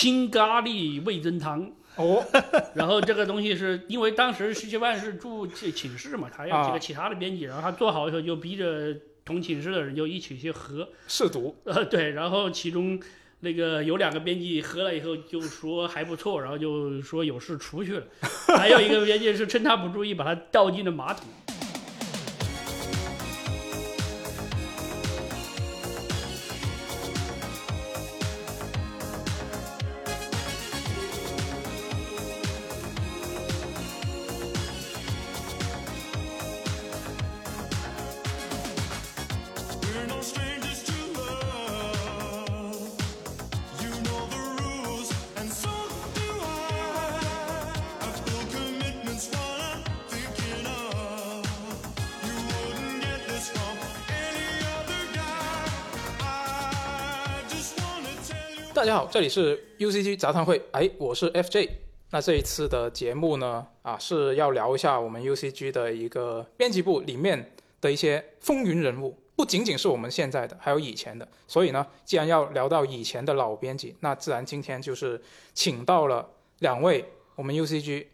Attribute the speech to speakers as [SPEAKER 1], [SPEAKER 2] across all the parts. [SPEAKER 1] 青咖喱味增汤。
[SPEAKER 2] 哦，
[SPEAKER 1] 然后这个东西是因为当时实习办是住寝寝室嘛，他要几
[SPEAKER 2] 啊
[SPEAKER 1] 个其他的编辑，然后他做好以后就逼着同寝室的人就一起去喝，
[SPEAKER 2] 试毒
[SPEAKER 1] 呃，对，然后其中那个有两个编辑喝了以后就说还不错，然后就说有事出 去了，还有一个编辑是趁他不注意把他倒进了马桶。
[SPEAKER 3] We're no strangers to love. You know the rules, and so do I. I've no commitments while I'm thinking of. You wouldn't get this from any other guy. I just wanna tell you.
[SPEAKER 2] 大家好，这里是 UCG 杂谈会，哎，我是 FJ。那这一次的节目呢，啊，是要聊一下我们 UCG 的一个编辑部里面的一些风云人物，不仅仅是我们现在的，还有以前的。所以呢，既然要聊到以前的老编辑，那自然今天就是请到了两位我们 UCG，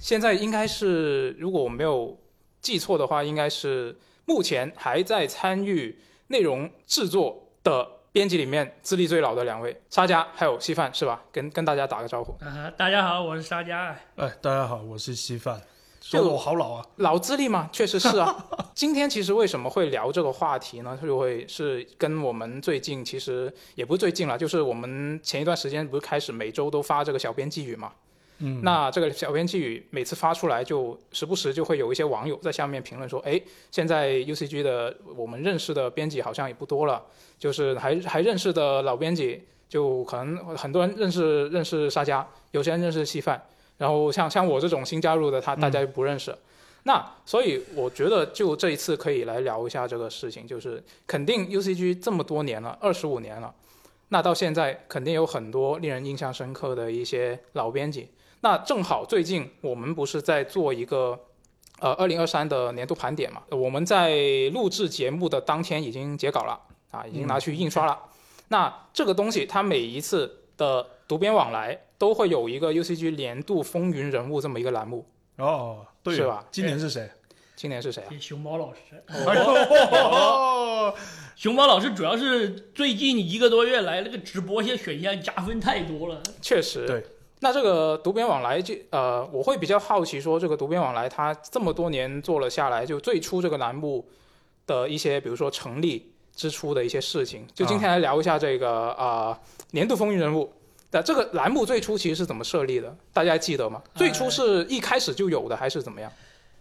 [SPEAKER 2] 现在应该是如果我没有记错的话，应该是目前还在参与内容制作的编辑里面资历最老的两位，沙家还有稀饭是吧？跟跟大家打个招呼。
[SPEAKER 1] 啊、大家好，我是沙家。
[SPEAKER 4] 哎，大家好，我是稀饭。说得我好老啊，
[SPEAKER 2] 老资历嘛，确实是啊。 今天其实为什么会聊这个话题呢？就会是跟我们最近其实也不是最近了，就是我们前一段时间不是开始每周都发这个小编寄语嘛。嗯，那这个小编寄语每次发出来就，时不时就会有一些网友在下面评论说：“哎，现在 UCG 的我们认识的编辑好像也不多了，就是还还认识的老编辑，就可能很多人认识认识沙家，有些人认识稀饭，然后像像我这种新加入的他，大家就不认识。那所以我觉得，就这一次可以来聊一下这个事情，就是肯定 UCG 这么多年了，二十五年了，那到现在肯定有很多令人印象深刻的一些老编辑。那正好最近我们不是在做一个。呃，二零二三的年度盘点嘛，我们在录制节目的当天已经截稿了啊，已经拿去印刷了。那这个东西，它每一次的读编往来都会有一个 UCG 年度风云人物这么一个栏目。
[SPEAKER 4] 哦，对，
[SPEAKER 2] 是吧
[SPEAKER 4] 今年是谁？
[SPEAKER 2] 今年是谁啊？
[SPEAKER 1] 熊猫老师，
[SPEAKER 4] 哎呦，
[SPEAKER 1] 熊猫老师主要是最近一个多月来那个直播些选项加分太多了。
[SPEAKER 2] 确实，
[SPEAKER 4] 对。
[SPEAKER 2] 那这个读编往来就呃，我会比较好奇说，这个读编往来它这么多年做了下来，就最初这个栏目的一些，比如说成立之初的一些事情，就今天来聊一下这个啊、呃年度风云人物。那这个栏目最初其实是怎么设立的？大家还记得吗？最初是一开始就有的，还是怎么样？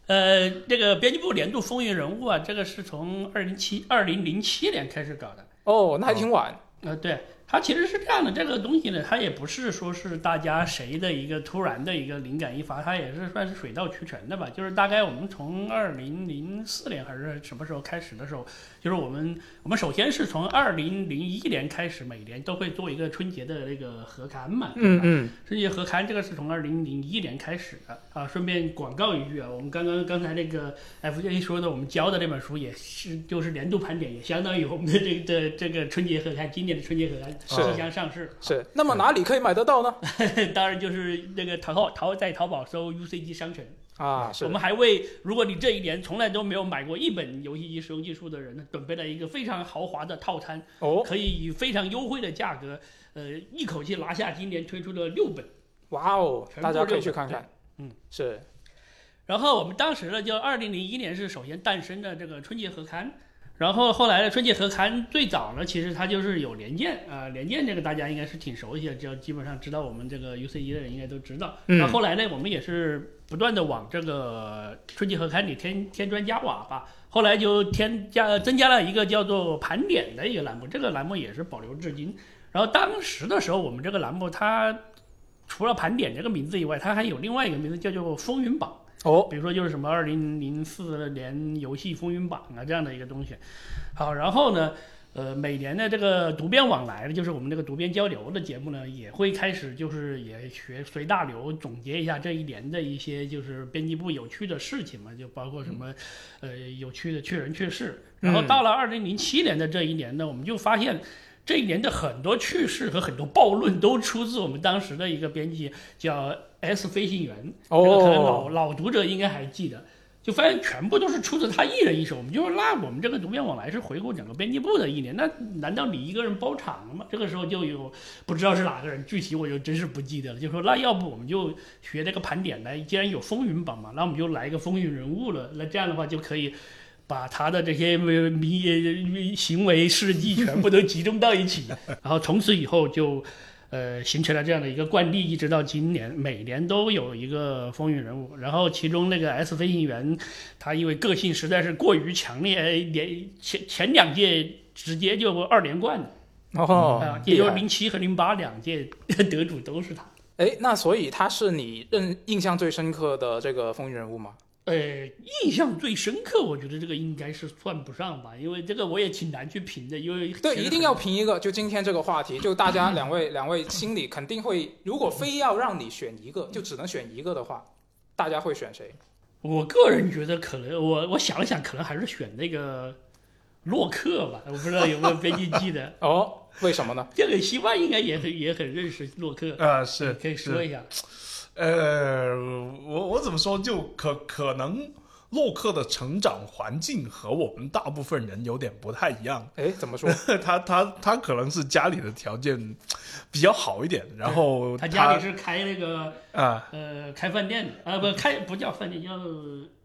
[SPEAKER 1] 呃，这个编辑部年度风云人物啊，这个是从二零七二零零七年开始搞的。
[SPEAKER 2] 哦，那还挺晚。
[SPEAKER 1] 呃，对，它其实是这样的，这个东西呢，它也不是说是大家谁的一个突然的一个灵感一发，它也是算是水到渠成的吧。就是大概我们从二零零四年还是什么时候开始的时候，就是我们我们首先是从二零零一年开始，每年都会做一个春节的那个合刊嘛，对
[SPEAKER 2] 嗯
[SPEAKER 1] 吧
[SPEAKER 2] 嗯，
[SPEAKER 1] 春节合刊这个是从二零零一年开始的啊。顺便广告一句啊，我们刚刚刚才那个 FJ 说的，我们教的那本书也是就是年度盘点，也相当于我们的这个这个春节合刊，今年的春节合刊
[SPEAKER 2] 是
[SPEAKER 1] 即将上市。
[SPEAKER 2] 是。那么哪里可以买得到呢？
[SPEAKER 1] 当然就是那个淘宝淘在淘宝搜 UCG 商城。
[SPEAKER 2] 啊，是
[SPEAKER 1] 我。们还为如果你这一年从来都没有买过一本游戏机使用技术的人，呢，准备了一个非常豪华的套餐，
[SPEAKER 2] 哦，
[SPEAKER 1] 可以以非常优惠的价格，呃，一口气拿下今年推出的六本。
[SPEAKER 2] 哇哦
[SPEAKER 1] 全，部
[SPEAKER 2] 大家可以去
[SPEAKER 1] 六本
[SPEAKER 2] 看
[SPEAKER 1] 对
[SPEAKER 2] 看。
[SPEAKER 1] 嗯，
[SPEAKER 2] 是。
[SPEAKER 1] 然后我们当时呢，就二零零一年是首先诞生的这个春节合刊，然后后来的春节合刊最早呢，其实它就是有联建啊、呃联建这个大家应该是挺熟悉的，只要基本上知道我们这个 UCE 的人应该都知道。
[SPEAKER 2] 嗯
[SPEAKER 1] 那后来呢，我们也是不断的往这个春节合刊里添添砖加瓦吧。后来就添加呃增加了一个叫做盘点的一个栏目，这个栏目也是保留至今。然后当时的时候，我们这个栏目它除了盘点这个名字以外，它还有另外一个名字叫做风云榜。
[SPEAKER 2] 哦，
[SPEAKER 1] 比如说就是什么二零零四年游戏风云榜啊这样的一个东西。好，然后呢，呃，每年的这个读编往来呢，就是我们这个读编交流的节目呢，也会开始就是也学随大流总结一下这一年的一些就是编辑部有趣的事情嘛，就包括什么呃有趣的趣人趣事。然后到了二零零七年的这一年呢，我们就发现。这一年的很多趣事和很多暴论都出自我们当时的一个编辑叫 S 飞行员，这个可能老
[SPEAKER 2] 哦，
[SPEAKER 1] 老读者应该还记得，就发现全部都是出自他一人一手。我们就说，那我们这个读编往来是回顾整个编辑部的一年，那难道你一个人包场了吗？这个时候就有不知道是哪个人，具体我就真是不记得了。就说那要不我们就学这个盘点来，既然有风云榜嘛，那我们就来一个风云人物了。那这样的话就可以。把他的这些 呃迷呃行为事迹全部都集中到一起，然后从此以后就呃，形成了这样的一个惯例，一直到今年，每年都有一个风云人物。然后其中那个 S 飞行员，他因为个性实在是过于强烈，哎连前前两届直接就二连冠了啊、
[SPEAKER 2] 哦，
[SPEAKER 1] 也就是
[SPEAKER 2] 厉害
[SPEAKER 1] 零七和零八两届 得主都是他。
[SPEAKER 2] 哎，那所以他是你认印象最深刻的这个风云人物吗？
[SPEAKER 1] 呃，印象最深刻，我觉得这个应该是算不上吧，因为这个我也挺难去评的，因为
[SPEAKER 2] 对，
[SPEAKER 1] 其实
[SPEAKER 2] 一定要评一个。就今天这个话题，就大
[SPEAKER 4] 嗯
[SPEAKER 2] 家两位两位心里肯定会，如果非要让你选一个，就只能选一个的话，大家会选谁？
[SPEAKER 1] 我个人觉得可能，我我想了想，可能还是选那个洛克吧，我不知道有没有编辑记得。
[SPEAKER 2] 哦，为什么呢？
[SPEAKER 1] 这个西瓜应该也很也很认识洛克，
[SPEAKER 4] 啊，是
[SPEAKER 1] 可以
[SPEAKER 4] 是
[SPEAKER 1] 说一下。
[SPEAKER 4] 呃，我我怎么说，就可可能洛克的成长环境和我们大部分人有点不太一样。
[SPEAKER 2] 哎，怎么说？
[SPEAKER 4] 他他他可能是家里的条件比较好一点，然后
[SPEAKER 1] 他家里是开那个
[SPEAKER 4] 啊
[SPEAKER 1] 呃开饭店的，啊不开不叫饭店，叫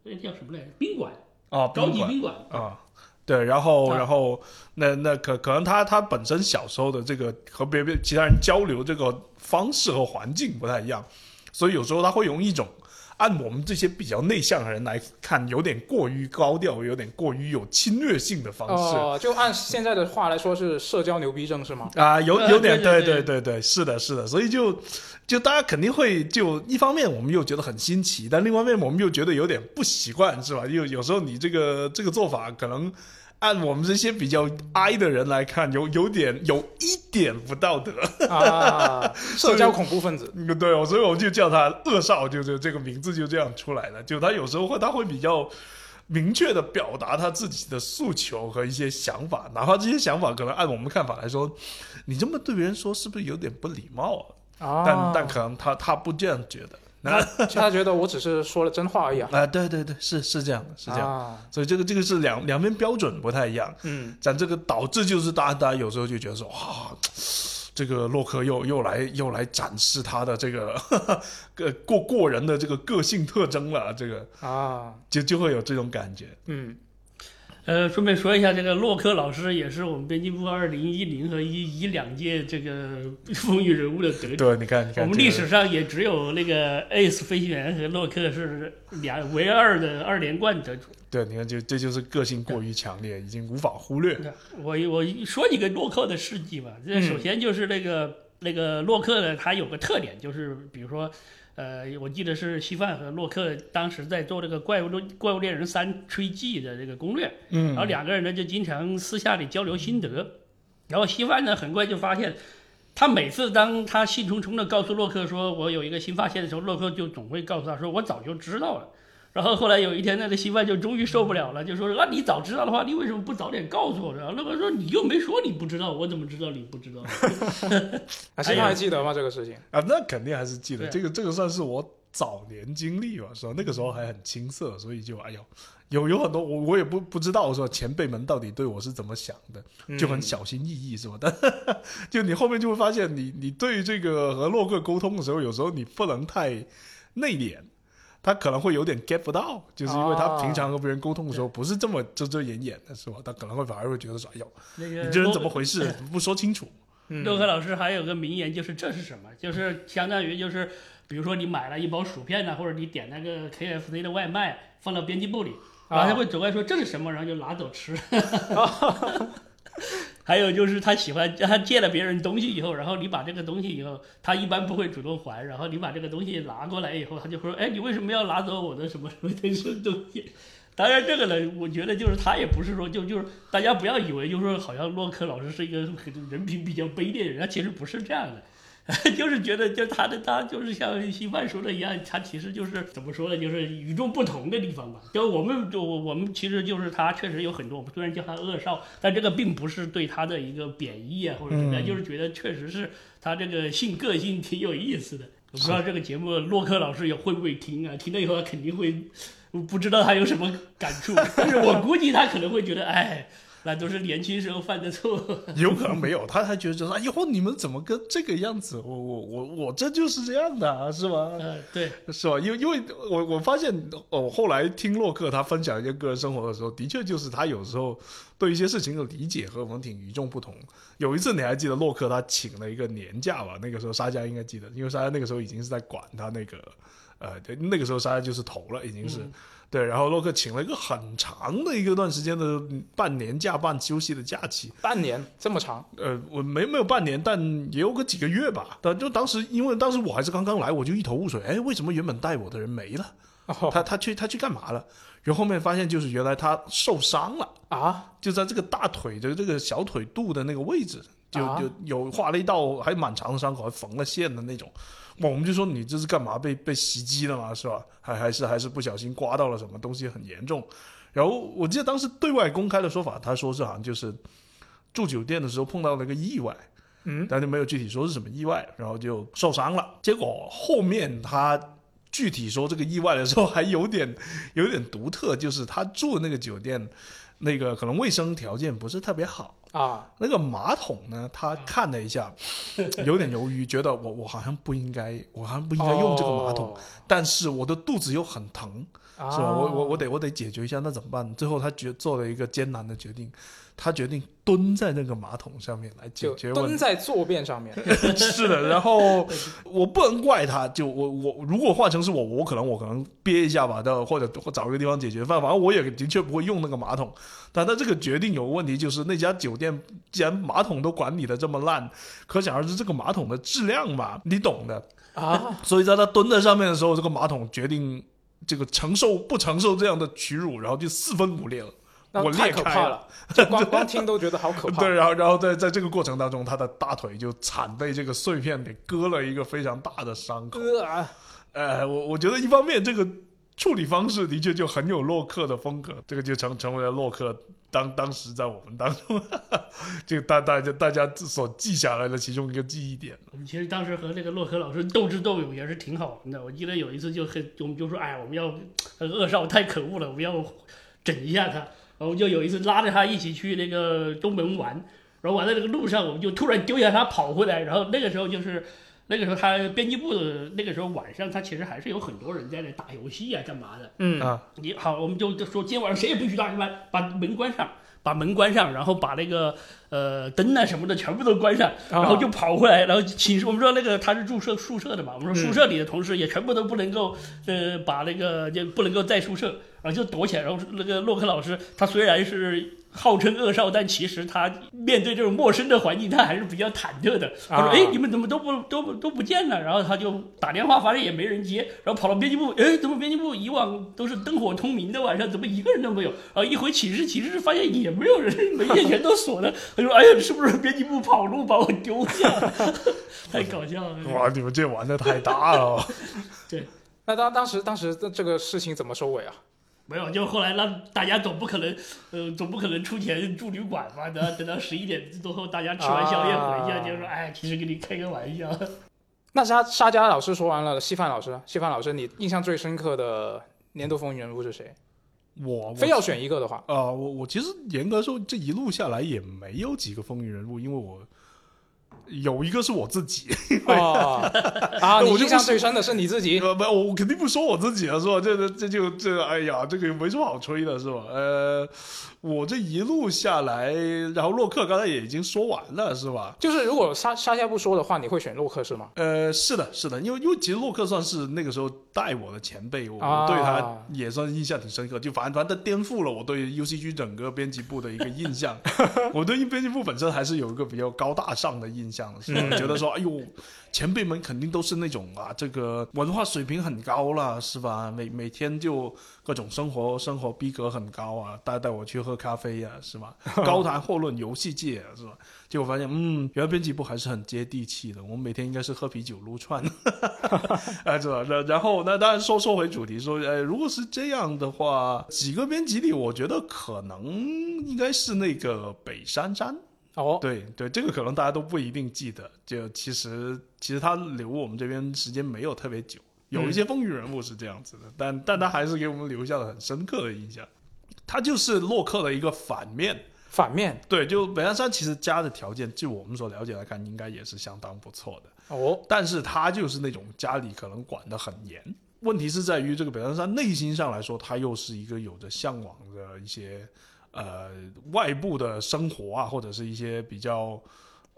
[SPEAKER 1] 那叫什么来着？宾馆，
[SPEAKER 4] 啊
[SPEAKER 1] 高级
[SPEAKER 4] 宾馆
[SPEAKER 1] 宾馆。
[SPEAKER 4] 啊。对，然后，
[SPEAKER 1] 啊
[SPEAKER 4] 然后，那那可可能他他本身小时候的这个和别别其他人交流这个方式和环境不太一样，所以有时候他会用一种按我们这些比较内向的人来看，有点过于高调，有点过于有侵略性的方式啊、
[SPEAKER 2] 哦、就按现在的话来说是社交牛逼症是 吗？
[SPEAKER 4] 啊有
[SPEAKER 1] 呃
[SPEAKER 4] 有点、
[SPEAKER 1] 对对
[SPEAKER 4] 对对对，是的，是的，所以就就大家肯定会就一方面我们又觉得很新奇，但另外一面我们又觉得有点不习惯，是吧？有有时候你这个这个做法可能。按我们这些比较 I 的人来看，有有点有一点不道德，
[SPEAKER 2] 啊，社交恐怖分子。
[SPEAKER 4] 嗯对、哦，所以我就叫他恶少，就就这个名字就这样出来了。就他有时候会，他会比较明确的表达他自己的诉求和一些想法，哪怕这些想法可能按我们看法来说，你这么对别人说是不是有点不礼貌啊？
[SPEAKER 2] 啊，
[SPEAKER 4] 但但可能他他不这样觉得。那啊、
[SPEAKER 2] 他觉得我只是说了真话而已啊，
[SPEAKER 4] 对对对，是是这样的，是这样。
[SPEAKER 2] 啊，
[SPEAKER 4] 所以这个这个是两两边标准不太一样。
[SPEAKER 2] 嗯，
[SPEAKER 4] 但这个导致就是大家大家有时候就觉得说，哇，这个洛克又又来又来展示他的这个 个过过人的这个个性特征了，这个
[SPEAKER 2] 啊，
[SPEAKER 4] 就就会有这种感觉。
[SPEAKER 2] 嗯，
[SPEAKER 1] 呃，顺便说一下，这个洛克老师也是我们编辑部二零一零和一一两届这个风云人物的得主。
[SPEAKER 4] 对，你看你看，
[SPEAKER 1] 我们历史上也只有那个 Ace 飞行员和洛克是两唯二的二连冠得主。
[SPEAKER 4] 对，你看就这就是个性过于强烈，已经无法忽略。
[SPEAKER 1] 我我说几个洛克的事迹吧。这首先就是那个、那个洛克呢，他有个特点，就是比如说，呃，我记得是稀饭和洛克当时在做这个《怪物猎怪物猎人三吹季》的这个攻略，
[SPEAKER 4] 嗯
[SPEAKER 1] 然后两个人呢就经常私下里交流心得，然后稀饭呢很快就发现。他每次当他兴冲冲地告诉洛克说“我有一个新发现”的时候，洛克就总会告诉他说“我早就知道了”。然后后来有一天，那个稀饭就终于受不了了，就说：“那啊你早知道的话，你为什么不早点告诉我呢？”那个说：“你又没说你不知道，我怎么知道你不知道
[SPEAKER 4] 哎
[SPEAKER 2] 啊，现在还记得吗？这个事情？
[SPEAKER 4] 啊，那肯定还是记得
[SPEAKER 1] 对
[SPEAKER 4] 这个，这个算是我早年经历吧，是吧？那个时候还很青涩，所以就哎呦，有有很多我我也不不知道说前辈们到底对我是怎么想的，
[SPEAKER 2] 嗯
[SPEAKER 4] 就很小心翼翼，是吧？ 但就你后面就会发现你，你对这个和洛克沟通的时候，有时候你不能太内敛。他可能会有点 get 不到，就是因为他
[SPEAKER 2] 啊
[SPEAKER 4] 平常和别人沟通的时候不是这么遮遮掩掩的，是吧？他可能会反而会觉得说：“哎呦，？”
[SPEAKER 1] 那个
[SPEAKER 4] 你这人怎么回事？怎么不说清楚
[SPEAKER 2] 嗯
[SPEAKER 1] 洛克老师还有个名言，就是这是什么？就是相当于就是，比如说你买了一包薯片呢，或者你点那个 KFC 的外卖，放到编辑部里，然后他会走过来说这是什么，然后就拿走吃。还有就是他喜欢他借了别人东西以后，然后你把这个东西以后，他一般不会主动还，然后你把这个东西拿过来以后，他就说，哎，你为什么要拿走我的什么什么东西东西？当然，这个呢，我觉得就是他也不是说就就是大家不要以为就是说好像洛克老师是一个很人品比较卑劣的人，他其实不是这样的。 就是觉得，就是他的他就是像新范说的一样，他其实就是怎么说呢，就是与众不同的地方吧。就我们就我我们其实就是他确实有很多，我们虽然叫他恶少，但这个并不是对他的一个贬义啊或者怎么样，
[SPEAKER 4] 嗯
[SPEAKER 1] 就是觉得确实是他这个性个性挺有意思的。我不知道这个节目洛克老师也会不会听啊？听了以后他肯定会，不知道他有什么感触，但是我估计他可能会觉得，哎，那都是年轻时候犯的 错。
[SPEAKER 4] 有可能没有，他还觉得就是哎呦，你们怎么跟这个样子？我我我我这就是这样的、啊，是吧？
[SPEAKER 1] 呃，对，
[SPEAKER 4] 是吧？因为因为我我发现，我后来听洛克他分享一些个人生活的时候，的确就是他有时候对一些事情的理解和我们挺与众不同。有一次你还记得洛克他请了一个年假吧？那个时候沙加应该记得，因为沙加那个时候已经是在管他那个，呃，对那个时候沙加就是头了，已经是。对，然后洛克请了一个很长的一个段时间的半年假、半休息的假期，
[SPEAKER 2] 半年这么长，
[SPEAKER 4] 呃，我没没有半年，但也有个几个月吧。但就当时，因为当时我还是刚刚来，我就一头雾水。哎，为什么原本带我的人没了？
[SPEAKER 2] 哦
[SPEAKER 4] 他他去他去干嘛了？然后后面发现就是原来他受伤了，
[SPEAKER 2] 啊，
[SPEAKER 4] 就在这个大腿的这个小腿肚的那个位置，就
[SPEAKER 2] 啊
[SPEAKER 4] 就有划了一道还蛮长的伤口，还缝了线的那种。哇我们就说你这是干嘛被被袭击了嘛，是吧？还还是还是不小心刮到了什么东西，很严重。然后我记得当时对外公开的说法，他说是好像就是住酒店的时候碰到了一个意外，
[SPEAKER 2] 嗯，
[SPEAKER 4] 但就没有具体说是什么意外，然后就受伤了。结果后面他具体说这个意外的时候，还有点有点独特，就是他住的那个酒店，那个可能卫生条件不是特别好。
[SPEAKER 2] 啊，
[SPEAKER 4] 那个马桶呢，他看了 一下，有点犹豫，觉得我我好像不应该，我好像不应该用这个马桶，
[SPEAKER 2] 哦
[SPEAKER 4] 但是我的肚子又很疼，
[SPEAKER 2] 啊、
[SPEAKER 4] 是吧？我我我得我得解决一下，那怎么办？最后他决做了一个艰难的决定，他决定蹲在那个马桶上面来解
[SPEAKER 2] 就
[SPEAKER 4] 决
[SPEAKER 2] 蹲
[SPEAKER 4] 问题。
[SPEAKER 2] 在坐便上 面
[SPEAKER 4] 是的，然后我不能怪他，就我我如果换成是我，我可能我可能憋一下吧，到或者或找一个地方解决，反反正我也的确不会用那个马桶。但他这个决定有问题，就是那家酒店既然马桶都管理的这么烂，可想而知这个马桶的质量嘛，你懂的。
[SPEAKER 2] 啊，
[SPEAKER 4] 所以在他蹲在上面的时候，这个马桶决定这个承受不承受这样的屈辱，然后就四分五裂了。我
[SPEAKER 2] 那
[SPEAKER 4] 裂
[SPEAKER 2] 太可
[SPEAKER 4] 开
[SPEAKER 2] 怕了，就光光听都觉得好 可怕。
[SPEAKER 4] 对，然后然后在在这个过程当中，他的大腿就惨被这个碎片给割了一个非常大的伤口。
[SPEAKER 2] 呃啊，
[SPEAKER 4] 呃，我我觉得一方面这个处理方式的确就很有洛克的风格，这个就成成为了洛克当当时在我们当中，这个大大家大家所记下来的其中一个记忆点。
[SPEAKER 1] 我们其实当时和那个洛克老师斗智斗勇也是挺好玩的。我记得有一次就很，我们就说，哎，我们要呃恶少太可恶了，我们要整一下他。然后我们就有一次拉着他一起去那个东门玩，然后玩在这个路上，我们就突然丢下他跑回来。然后那个时候就是，那个时候他编辑部的那个时候晚上，他其实还是有很多人在那打游戏啊，干嘛的。
[SPEAKER 2] 嗯
[SPEAKER 4] 啊
[SPEAKER 1] 你好，我们就就说今天晚上谁也不许大声班，把门关上，把门关上，然后把那个呃灯啊什么的全部都关上，然
[SPEAKER 2] 啊
[SPEAKER 1] 后就跑回来，然后寝室我们说那个他是住舍宿舍的嘛，我们说宿舍里的同事也全部都不能够呃把那个就不能够在宿舍，然后就躲起来，然后那个洛克老师他虽然是。号称恶少，但其实他面对这种陌生的环境，他还是比较忐忑的。他说
[SPEAKER 2] 啊：“
[SPEAKER 1] 哎，你们怎么都不都不都不见了？”然后他就打电话，反正也没人接，然后跑到编辑部，哎，怎么编辑部以往都是灯火通明的晚上，怎么一个人都没有？然后一回寝室，寝室发现也没有人，门也全都锁了。他说：“哎呀，是不是编辑部跑路把我丢下 了？”太搞笑了。
[SPEAKER 2] 嗯
[SPEAKER 4] 哇，你们这玩的太大了哦！
[SPEAKER 2] 那当当时当时这这个事情怎么收尾啊？
[SPEAKER 1] 没有，就后来让大家总不可能，呃，总不可能出钱住旅馆嘛，等到等到十一点之后，大家吃完宵夜回去，
[SPEAKER 2] 啊
[SPEAKER 1] 就说，哎，其实跟你开个玩笑。
[SPEAKER 4] 嗯
[SPEAKER 2] 那沙沙加老师说完了，稀饭老师呢，稀饭老师，你印象最深刻的年度风云人物是谁？
[SPEAKER 4] 我我
[SPEAKER 2] 非要选一个的话，
[SPEAKER 4] 啊、我我其实严格说，这一路下来也没有几个风云人物，因为我有一个是我自己，
[SPEAKER 2] 哦，啊，
[SPEAKER 4] 我
[SPEAKER 2] 你
[SPEAKER 4] 就不
[SPEAKER 2] 印象最深的是你自己
[SPEAKER 4] 呃，不，我肯定不说我自己啊了，是吧？这这这就这，哎呀，这个没什么好吹的，是吧？呃，我这一路下来，然后洛克刚才也已经说完了，是吧？
[SPEAKER 2] 就是如果沙沙加不说的话，你会选洛克是吗？
[SPEAKER 4] 呃，是的，是的，因为因为其实洛克算是那个时候带我的前辈，我
[SPEAKER 2] 啊
[SPEAKER 4] 我对他也算是印象挺深刻。就反正反正他颠覆了我对 UCG 整个编辑部的一个印象。我对编辑部本身还是有一个比较高大上的印象的时候，觉得说，哎呦，前辈们肯定都是那种啊，这个文化水平很高了，是吧？每每天就各种生活生活逼格很高啊，带带我去喝咖啡呀、是吧？高谈阔论游戏界、啊，是吧？结果发现，嗯，原来编辑部还是很接地气的。我们每天应该是喝啤酒撸串，啊，是吧？然然后，那当然说说回主题，说，呃，如果是这样的话，几个编辑里，我觉得可能应该是那个北杉杉。
[SPEAKER 2] 哦，
[SPEAKER 4] 对对，这个可能大家都不一定记得。就其实其实他留我们这边时间没有特别久，有一些风云人物是这样子的，但但他还是给我们留下了很深刻的印象。他就是洛克的一个反面，
[SPEAKER 2] 反面
[SPEAKER 4] 对，就北山山其实家的条件，就我们所了解来看，应该也是相当不错的。
[SPEAKER 2] 哦，
[SPEAKER 4] 但是他就是那种家里可能管得很严。问题是在于这个北山山内心上来说，他又是一个有着向往的一些呃外部的生活啊，或者是一些比较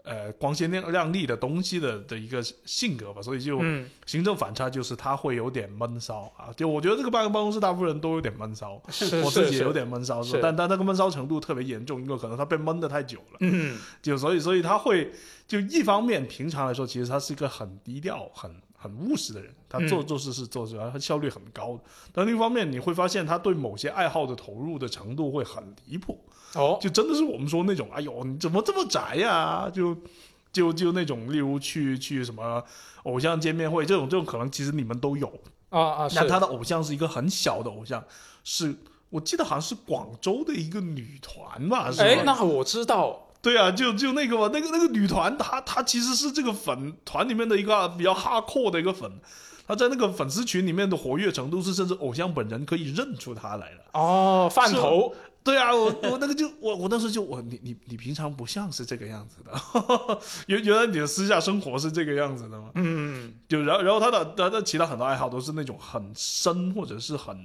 [SPEAKER 4] 呃光鲜亮亮丽的东西的的一个性格吧，所以就
[SPEAKER 2] 嗯
[SPEAKER 4] 行政反差就是他会有点闷骚啊。就我觉得这个办办公室大部分人都有点闷骚，
[SPEAKER 2] 是
[SPEAKER 4] 我自己
[SPEAKER 2] 是
[SPEAKER 4] 也有点闷骚，
[SPEAKER 2] 是
[SPEAKER 4] 但但那个闷骚程度特别严重，因为可能他被闷得太久了。
[SPEAKER 2] 嗯
[SPEAKER 4] 就所以所以他会就一方面平常来说，其实他是一个很低调、很很务实的人，他做做事是做事，他效率很高的。但另一方面，你会发现他对某些爱好的投入的程度会很离谱，
[SPEAKER 2] 哦
[SPEAKER 4] 就真的是我们说那种，哎呦，你怎么这么宅呀、就。就就那种，例如去去什么偶像见面会这种，这种可能其实你们都有。
[SPEAKER 2] 啊啊是
[SPEAKER 4] 那他的偶像是一个很小的偶像，是我记得好像是广州的一个女团吧？是吧
[SPEAKER 2] 哎，那我知道
[SPEAKER 4] 对啊，就就那个嘛，那个那个女团，她她其实是这个粉团里面的一个比较哈扣的一个粉，她在那个粉丝群里面的活跃程度是，甚至偶像本人可以认出她来了。
[SPEAKER 2] 哦，饭头
[SPEAKER 4] 对啊，我我那个就我我那时候就我你你你平常不像是这个样子的， 原原来你的私下生活是这个样子的吗？
[SPEAKER 2] 嗯
[SPEAKER 4] 就然后然后他的他的其他很多爱好都是那种很深或者是很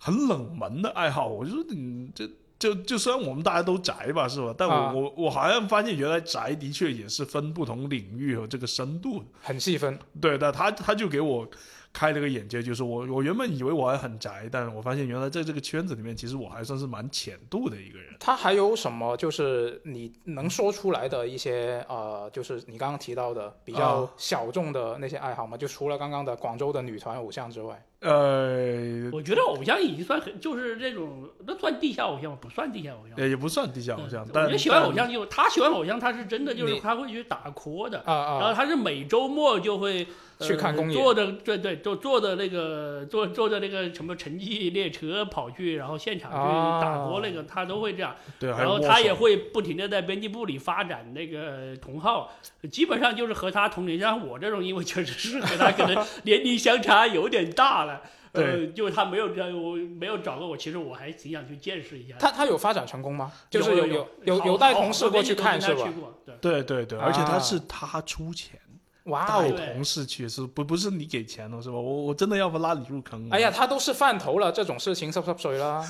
[SPEAKER 4] 很冷门的爱好，我就说你这。就就虽然我们大家都宅吧，是吧？但我、
[SPEAKER 2] 啊
[SPEAKER 4] 我我好像发现，原来宅的确也是分不同领域和这个深度的。
[SPEAKER 2] 很细分
[SPEAKER 4] 对的，他他就给我开了个眼界，就是我我原本以为我还很宅，但我发现原来在这个圈子里面，其实我还算是蛮浅度的一个人。
[SPEAKER 2] 它还有什么？就是你能说出来的一些呃，就是你刚刚提到的比较
[SPEAKER 4] 啊
[SPEAKER 2] 小众的那些爱好吗？就除了刚刚的广州的女团偶像之外，
[SPEAKER 4] 呃，
[SPEAKER 1] 我觉得偶像已经算很，就是这种那算地下偶像吗？不算地下偶像。
[SPEAKER 4] 呃也也不算地下
[SPEAKER 1] 嗯
[SPEAKER 4] 哎偶像，
[SPEAKER 1] 我
[SPEAKER 4] 但
[SPEAKER 1] 觉得喜欢偶像就他喜欢偶像，他是真的就是
[SPEAKER 2] 你
[SPEAKER 1] 他会去打 call 的，
[SPEAKER 2] 啊
[SPEAKER 1] 然后
[SPEAKER 2] 啊，
[SPEAKER 1] 他是每周末就会、呃
[SPEAKER 2] 去看公演
[SPEAKER 1] 坐着对对，就坐着那个坐坐着那个什么城际列车跑去，然后现场
[SPEAKER 2] 啊
[SPEAKER 1] 去打 call 那个，他都会这样。
[SPEAKER 4] 对，还
[SPEAKER 1] 然
[SPEAKER 4] 有
[SPEAKER 1] 后
[SPEAKER 4] 握
[SPEAKER 1] 他
[SPEAKER 4] 手
[SPEAKER 1] 也会不停的在编辑部里发展那个同号，基本上就是和他同龄。像我这种，因为确实是和他可能年龄相差有点大 了，呃，
[SPEAKER 4] 对
[SPEAKER 1] 就他没有这样，我没有找过我，其实我还挺想去见识一下的。
[SPEAKER 2] 他他有发展成功吗？就是
[SPEAKER 1] 有
[SPEAKER 2] 有
[SPEAKER 1] 有
[SPEAKER 2] 有有带同事过去看是吧？？
[SPEAKER 1] 对，
[SPEAKER 4] 对对对，而且
[SPEAKER 2] 啊
[SPEAKER 4] 他是他出钱。
[SPEAKER 2] 哇
[SPEAKER 4] 带
[SPEAKER 2] 哦！
[SPEAKER 1] 啊对
[SPEAKER 4] 同事去，是不不是你给钱了是吧？我我真的要不拉你入坑。
[SPEAKER 2] 哎呀，，他都是饭头了，这种事情湿湿水啦。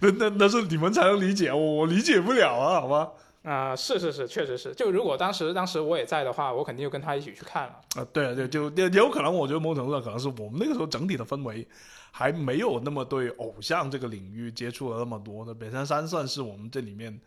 [SPEAKER 4] 那那那是你们才能理解，我我理解不了啊，好吧？
[SPEAKER 2] 啊、是是是，确实是。就如果当时当时我也在的话，我肯定就跟他一起去看了。
[SPEAKER 4] 啊，对啊对，就也也有可能，我觉得某种程度上可能是我们那个时候整体的氛围还没有那么对偶像这个领域接触了那么多的。北山山算是我们这里面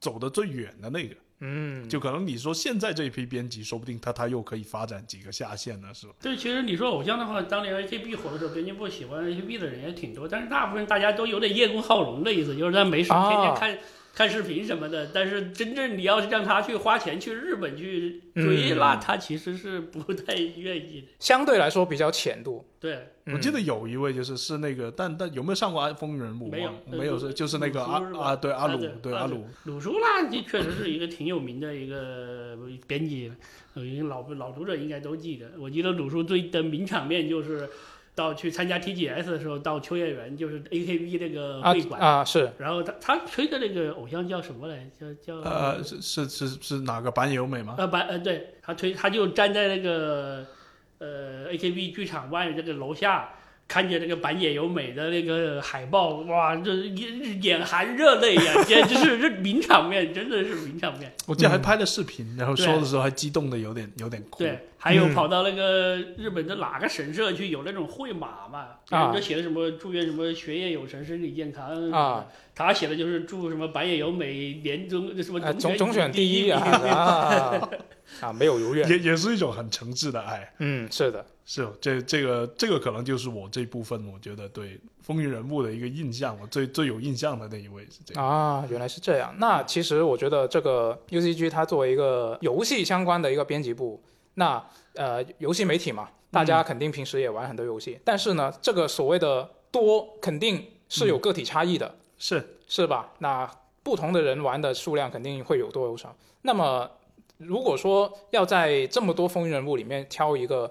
[SPEAKER 4] 走的最远的那个，
[SPEAKER 2] 嗯，
[SPEAKER 4] 就可能你说现在这一批编辑，说不定他他又可以发展几个下线呢，是吧？
[SPEAKER 1] 对，其实你说偶像的话，当年 AKB 火的时候，编辑部喜欢 AKB 的人也挺多，但是大部分大家都有点叶公好龙的意思，就是在没事
[SPEAKER 2] 啊
[SPEAKER 1] 天天看、看视频什么的。但是真正你要是让他去花钱去日本去追，
[SPEAKER 2] 嗯
[SPEAKER 1] 那他其实是不太愿意的。
[SPEAKER 2] 相对来说比较浅度。
[SPEAKER 1] 对，
[SPEAKER 2] 嗯
[SPEAKER 4] 我记得有一位就是是那个，但但有没有上过《风云人物》？
[SPEAKER 1] 没有
[SPEAKER 4] 忘了没有
[SPEAKER 1] 呃
[SPEAKER 4] 是就是那个阿
[SPEAKER 1] 鲁夫是吧
[SPEAKER 4] 啊，对阿
[SPEAKER 1] 啊
[SPEAKER 4] 鲁
[SPEAKER 1] 对，
[SPEAKER 4] 对
[SPEAKER 1] 啊
[SPEAKER 4] 阿
[SPEAKER 1] 对
[SPEAKER 4] 鲁，
[SPEAKER 1] 鲁叔那这确实是一个挺有名的一个编辑了，呃因为老老读者应该都记得。我记得鲁叔最的名场面就是到去参加 TGS 的时候，到秋叶原就是 AKB 那个
[SPEAKER 2] 啊
[SPEAKER 1] 会馆。
[SPEAKER 2] 啊是
[SPEAKER 1] 然后他他吹的那个偶像叫什么来？叫叫
[SPEAKER 4] 呃，是是是是哪个板友美吗？
[SPEAKER 1] 呃白呃对，他推他就站在那个呃 AKB 剧场外这个楼下，看见那个板野友美的那个海报，哇，这眼眼含热泪呀、 简直是这名场面，真的是名场面。
[SPEAKER 4] 我记得还拍了视频，然后
[SPEAKER 1] 嗯对
[SPEAKER 4] 说的时候还激动的有点有点
[SPEAKER 2] 嗯
[SPEAKER 4] 哭。
[SPEAKER 1] 对，还有跑到那个日本的哪个神社去有那种会马嘛，
[SPEAKER 2] 嗯
[SPEAKER 1] 然后就写的什么祝愿什么学业有成、身体健康
[SPEAKER 2] 啊，
[SPEAKER 1] 他写的就是祝什么白野由美年终什么
[SPEAKER 2] 啊，总
[SPEAKER 1] 总
[SPEAKER 2] 总选
[SPEAKER 1] 第
[SPEAKER 2] 第一啊啊 啊，没有如愿。
[SPEAKER 4] 也也是一种很诚挚的爱。
[SPEAKER 2] 嗯，是的，
[SPEAKER 4] 是哦，这这个这个可能就是我这部分我觉得对风云人物的一个印象，我最最有印象的那一位是这个。
[SPEAKER 2] 啊，原来是这样。那其实我觉得这个 UCG 它作为一个游戏相关的一个编辑部，那呃游戏媒体嘛，大家肯定平时也玩很多游戏，但是呢，这个所谓的多肯定是有个体差异的，
[SPEAKER 4] 是
[SPEAKER 2] 是吧？那不同的人玩的数量肯定会有多有少。那么如果说要在这么多风云人物里面挑一个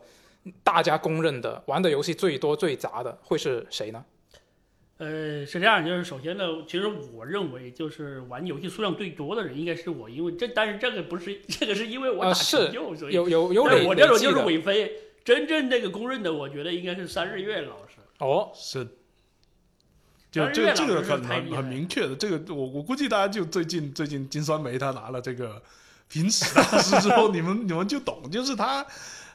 [SPEAKER 2] 大家公认的玩的游戏最多最杂的，会是谁呢？
[SPEAKER 1] 呃，是这样，就是首先呢，其实我认为就是玩游戏数量最多的人应该是我，因为这但是这个不是这个是因为我打
[SPEAKER 2] 呃是
[SPEAKER 1] 成就，所以
[SPEAKER 2] 有有有
[SPEAKER 1] 但
[SPEAKER 2] 累
[SPEAKER 1] 我这种
[SPEAKER 2] 累计
[SPEAKER 1] 就是
[SPEAKER 2] 的
[SPEAKER 1] 伪飞，真正那个公认的，我觉得应该是三日月老师。
[SPEAKER 2] 哦，
[SPEAKER 4] 是，就
[SPEAKER 1] 但是
[SPEAKER 4] 这
[SPEAKER 1] 月老
[SPEAKER 4] 个这个
[SPEAKER 1] 就是
[SPEAKER 4] 很
[SPEAKER 1] 太厉
[SPEAKER 4] 很
[SPEAKER 1] 害
[SPEAKER 4] 很
[SPEAKER 1] 了
[SPEAKER 4] 明确的，这个我我估计大家就最近最近金酸梅他拿了这个评史大师之后，你们你们就懂，就是他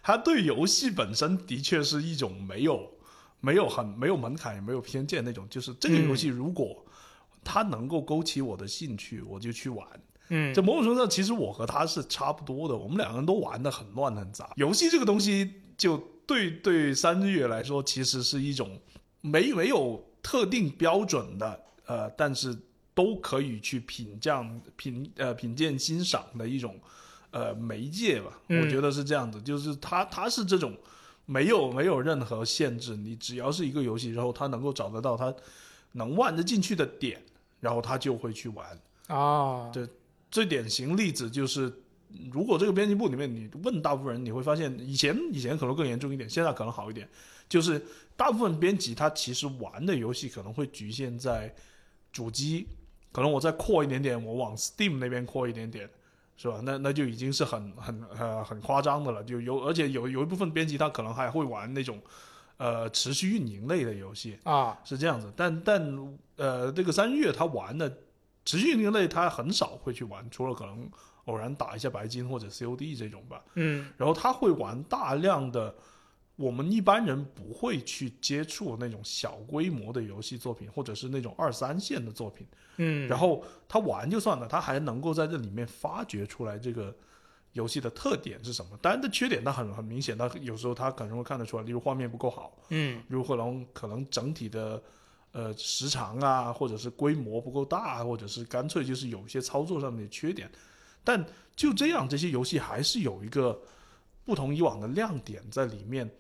[SPEAKER 4] 他对游戏本身的确是一种没有没有很没有门槛也没有偏见那种，就是这个
[SPEAKER 1] 嗯
[SPEAKER 4] 游戏如果它能够勾起我的兴趣，我就去玩。
[SPEAKER 2] 嗯
[SPEAKER 4] 这某种程度上，其实我和他是差不多的，我们两个人都玩的很乱很杂。游戏这个东西，就对对三日月来说，其实是一种没没有特定标准的，呃，但是都可以去品鉴品呃品鉴欣赏的一种呃媒介吧。
[SPEAKER 2] 嗯
[SPEAKER 4] 我觉得是这样子，就是它它是这种没有没有任何限制，你只要是一个游戏，然后他能够找得到他能玩得进去的点，然后他就会去玩。
[SPEAKER 2] 啊，
[SPEAKER 4] 对最典型例子就是，嗯如果这个编辑部里面你问大部分人，你会发现以前以前可能更严重一点，现在可能好一点，就是大部分编辑他其实玩的游戏可能会局限在主机，可能我再扩一点点，我往 Steam 那边扩一点点。是吧？那那就已经是很很呃很夸张的了，就有而且有有一部分编辑他可能还会玩那种，呃持续运营类的游戏，
[SPEAKER 2] 啊，
[SPEAKER 4] 是这样子，但但呃，这个三月他玩的持续运营类，他很少会去玩，除了可能偶然打一下白金或者 COD 这种吧。
[SPEAKER 2] 嗯
[SPEAKER 4] 然后他会玩大量的我们一般人不会去接触那种小规模的游戏作品，或者是那种二三线的作品。
[SPEAKER 2] 嗯，
[SPEAKER 4] 然后他玩就算了，他还能够在这里面发掘出来这个游戏的特点是什么。当然，的缺点他很很明显，他有时候他可能会看得出来，例如画面不够好。
[SPEAKER 2] 嗯
[SPEAKER 4] 如可能可能整体的呃时长啊，或者是规模不够大啊，或者是干脆就是有一些操作上面的缺点。但就这样，这些游戏还是有一个不同以往的亮点在里面。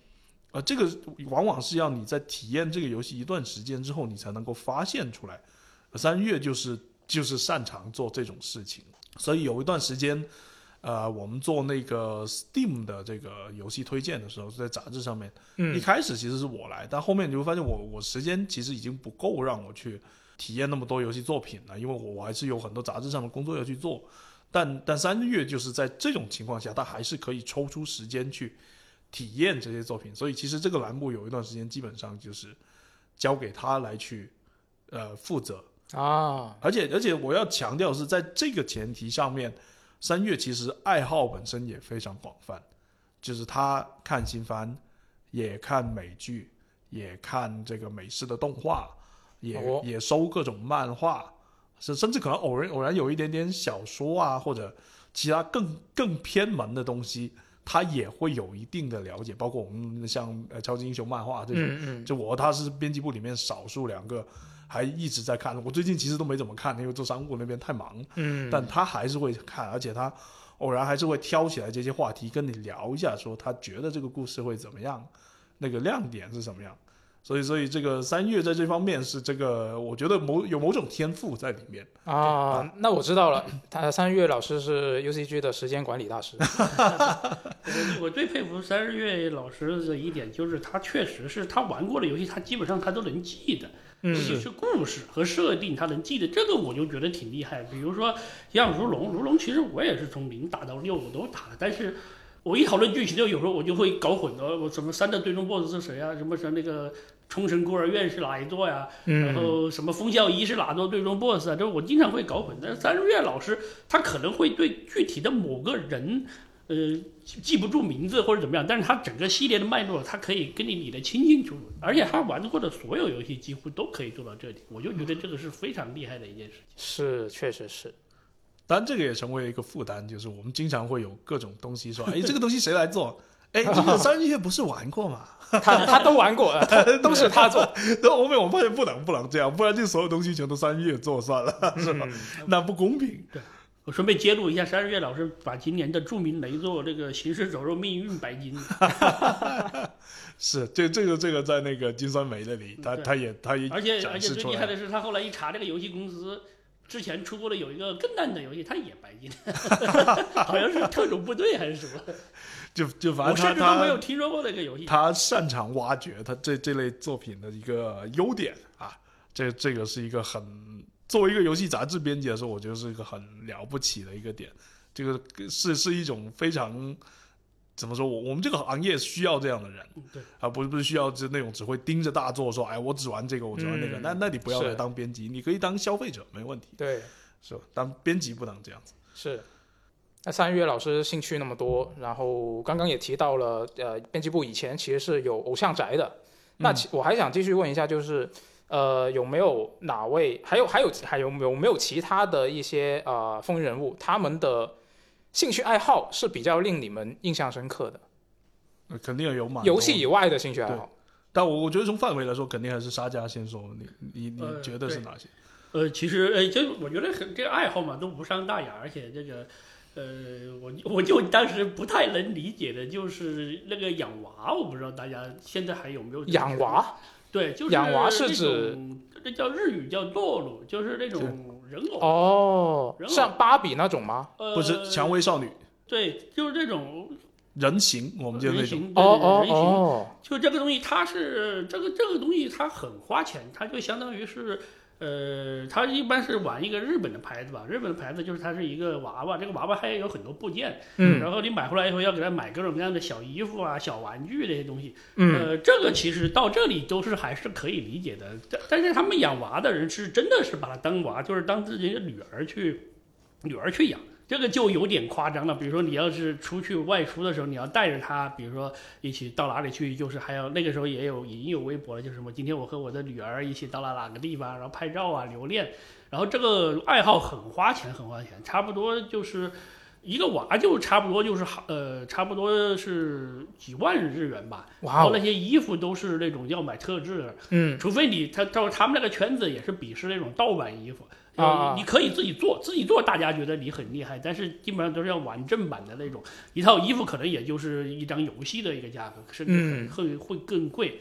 [SPEAKER 4] 呃，这个往往是要你在体验这个游戏一段时间之后，你才能够发现出来。呃三月就是就是擅长做这种事情，所以有一段时间，呃，我们做那个 Steam 的这个游戏推荐的时候，是在杂志上面。一
[SPEAKER 2] 嗯
[SPEAKER 4] 开始其实是我来，但后面你会发现我我时间其实已经不够让我去体验那么多游戏作品了，因为我我还是有很多杂志上的工作要去做。但但三月就是在这种情况下，他还是可以抽出时间去体验这些作品，所以其实这个栏目有一段时间基本上就是交给他来去呃负责。
[SPEAKER 2] 啊，
[SPEAKER 4] 而且而且我要强调的是在这个前提上面，三月其实爱好本身也非常广泛，就是他看新番，也看美剧，也看这个美式的动画，也、
[SPEAKER 2] 哦
[SPEAKER 4] 也收各种漫画，甚甚至可能偶然偶然有一点点小说啊，或者其他更更偏门的东西。他也会有一定的了解，包括我们像呃超级英雄漫画这种，
[SPEAKER 2] 嗯嗯
[SPEAKER 4] 就我他是编辑部里面少数两个还一直在看，我最近其实都没怎么看，因为做商务那边太忙，
[SPEAKER 2] 嗯，
[SPEAKER 4] 但他还是会看，而且他偶然还是会挑起来这些话题跟你聊一下，说他觉得这个故事会怎么样，那个亮点是什么样。所以，所以这个三月在这方面是这个，我觉得某有某种天赋在里面。
[SPEAKER 2] 啊，那我知道了，他三月老师是 UCG 的时间管理 大师
[SPEAKER 1] 我我最佩服三日月老师的一点就是，他确实是他玩过的游戏，他基本上他都能记得，尤其
[SPEAKER 2] 嗯
[SPEAKER 1] 是故事和设定，他能记得，这个我就觉得挺厉害。比如说像如龙，如龙其实我也是从零打到六我都打了，但是。我一讨论剧情，就有时候我就会搞混了，我什么三的最终 BOSS 是谁啊？什么什么那个冲绳孤儿院是哪一座呀、然
[SPEAKER 2] 嗯
[SPEAKER 1] 后什么风校一是哪座最终 BOSS 啊，这我经常会搞混。但是三日月老师他可能会对具体的某个人呃记记不住名字或者怎么样，但是它整个系列的脉络，它可以跟你理得清清楚楚，而且他玩过的所有游戏几乎都可以做到这里，我就觉得这个是非常厉害的一件事情。
[SPEAKER 2] 是，确实是。
[SPEAKER 4] 当然，这个也成为一个负担，就是我们经常会有各种东西说，哎，这个东西谁来做？ 哎，这个三日月不是玩过吗？
[SPEAKER 2] 他他都玩过了，他都是他做。
[SPEAKER 4] 然后后面我发现不能不能这样，不然就所有东西全都三月做算了， 是吧？
[SPEAKER 2] 嗯
[SPEAKER 4] 那不公平。
[SPEAKER 1] 我顺便揭露一下，十二月老师把今年的著名雷作这个《行尸走肉：命运白金》
[SPEAKER 4] 是，这这个这个在那个金酸梅那里，他
[SPEAKER 1] 对
[SPEAKER 4] 他也他也
[SPEAKER 1] 而且而
[SPEAKER 4] 展
[SPEAKER 1] 且
[SPEAKER 4] 示
[SPEAKER 1] 最
[SPEAKER 4] 出
[SPEAKER 1] 厉害
[SPEAKER 4] 来。
[SPEAKER 1] 的是，他后来一查，这个游戏公司之前出过的有一个更烂的游戏，它也 白金，好像是特种部队还是什么，
[SPEAKER 4] 就就反
[SPEAKER 1] 我
[SPEAKER 4] 正他
[SPEAKER 1] 甚至都没有
[SPEAKER 4] 他
[SPEAKER 1] 听说过这个游戏。
[SPEAKER 4] 他擅长挖掘他这这类作品的一个优点啊，这这个是一个很作为一个游戏杂志编辑来说，我觉得是一个很了不起的一个点。这个是是一种非常怎么说，我我们这个行业需要这样的人。
[SPEAKER 1] 嗯对，
[SPEAKER 4] 啊，不是不是需要是那种只会盯着大作说，哎，我只玩这个，我只玩那个。
[SPEAKER 2] 嗯
[SPEAKER 4] 那那你不要
[SPEAKER 2] 是
[SPEAKER 4] 来当编辑，你可以当消费者，没问题，
[SPEAKER 2] 对，
[SPEAKER 4] 是吧？当编辑不能这样子。
[SPEAKER 2] 是。那三月老师兴趣那么多，然后刚刚也提到了，呃，编辑部以前其实是有偶像宅的。那其我还想继续问一下，就是，呃，有没有哪位，还有还有还有有没有其他的一些呃风云人物，他们的兴趣爱好是比较令你们印象深刻的，
[SPEAKER 4] 呃肯定有满
[SPEAKER 2] 游戏以
[SPEAKER 4] 有，
[SPEAKER 2] 外的兴趣爱好？
[SPEAKER 4] 但我我觉得从范围来说，肯定还是沙家先说。你你
[SPEAKER 1] 呃
[SPEAKER 4] 你觉得是
[SPEAKER 1] 对
[SPEAKER 4] 哪些？
[SPEAKER 1] 呃，其实呃，就我觉得很这个爱好嘛都无伤大雅，而且这个。呃，我我就当时不太能理解的就是那个养娃，我不知道大家现在还有没有这个
[SPEAKER 2] 养娃？
[SPEAKER 1] 对，就是
[SPEAKER 2] 养娃是
[SPEAKER 1] 那
[SPEAKER 2] 指
[SPEAKER 1] 种那叫日语叫落乳，就是那种人偶，
[SPEAKER 2] 哦，
[SPEAKER 1] 人偶
[SPEAKER 2] 像芭比那种吗？
[SPEAKER 1] 呃，
[SPEAKER 4] 不是蔷薇少女
[SPEAKER 1] 对，就是这种
[SPEAKER 4] 人形，我们就那
[SPEAKER 1] 人
[SPEAKER 4] 种
[SPEAKER 1] 形，
[SPEAKER 2] 哦
[SPEAKER 1] 对
[SPEAKER 2] 哦
[SPEAKER 1] 人形，
[SPEAKER 2] 哦，
[SPEAKER 1] 就这个东西，它是这个这个东西，它很花钱，它就相当于是。呃，它一般是玩一个日本的牌子吧，日本的牌子就是它是一个娃娃，这个娃娃它也有很多部件，
[SPEAKER 2] 嗯
[SPEAKER 1] 然后你买回来以后要给它买各种各样的小衣服啊、小玩具这些东西，
[SPEAKER 2] 嗯，
[SPEAKER 1] 呃，这个其实到这里都是还是可以理解的，但但是他们养娃的人是真的是把它当娃，就是当自己的女儿去女儿去养，这个就有点夸张了。比如说你要是出去外出的时候，你要带着她，比如说一起到哪里去，就是还有那个时候也有已经有微博了，就是什么今天我和我的女儿一起到了哪个地方，然后拍照啊留念，然后这个爱好很花钱，很花钱，差不多就是。一个娃就差不多就是好，呃，差不多是几万日元吧，然
[SPEAKER 2] 哇
[SPEAKER 1] 后
[SPEAKER 2] 哦
[SPEAKER 1] 那，些衣服都是那种要买特制的，
[SPEAKER 2] 嗯
[SPEAKER 1] 除非你他到他们那个圈子也是鄙视那种盗版衣服，
[SPEAKER 2] 啊啊
[SPEAKER 1] 呃你可以自己做，自己做大家觉得你很厉害，但是基本上都是要玩正版的那种，一套衣服可能也就是一张游戏的一个价格，甚至
[SPEAKER 2] 嗯
[SPEAKER 1] 会会更贵。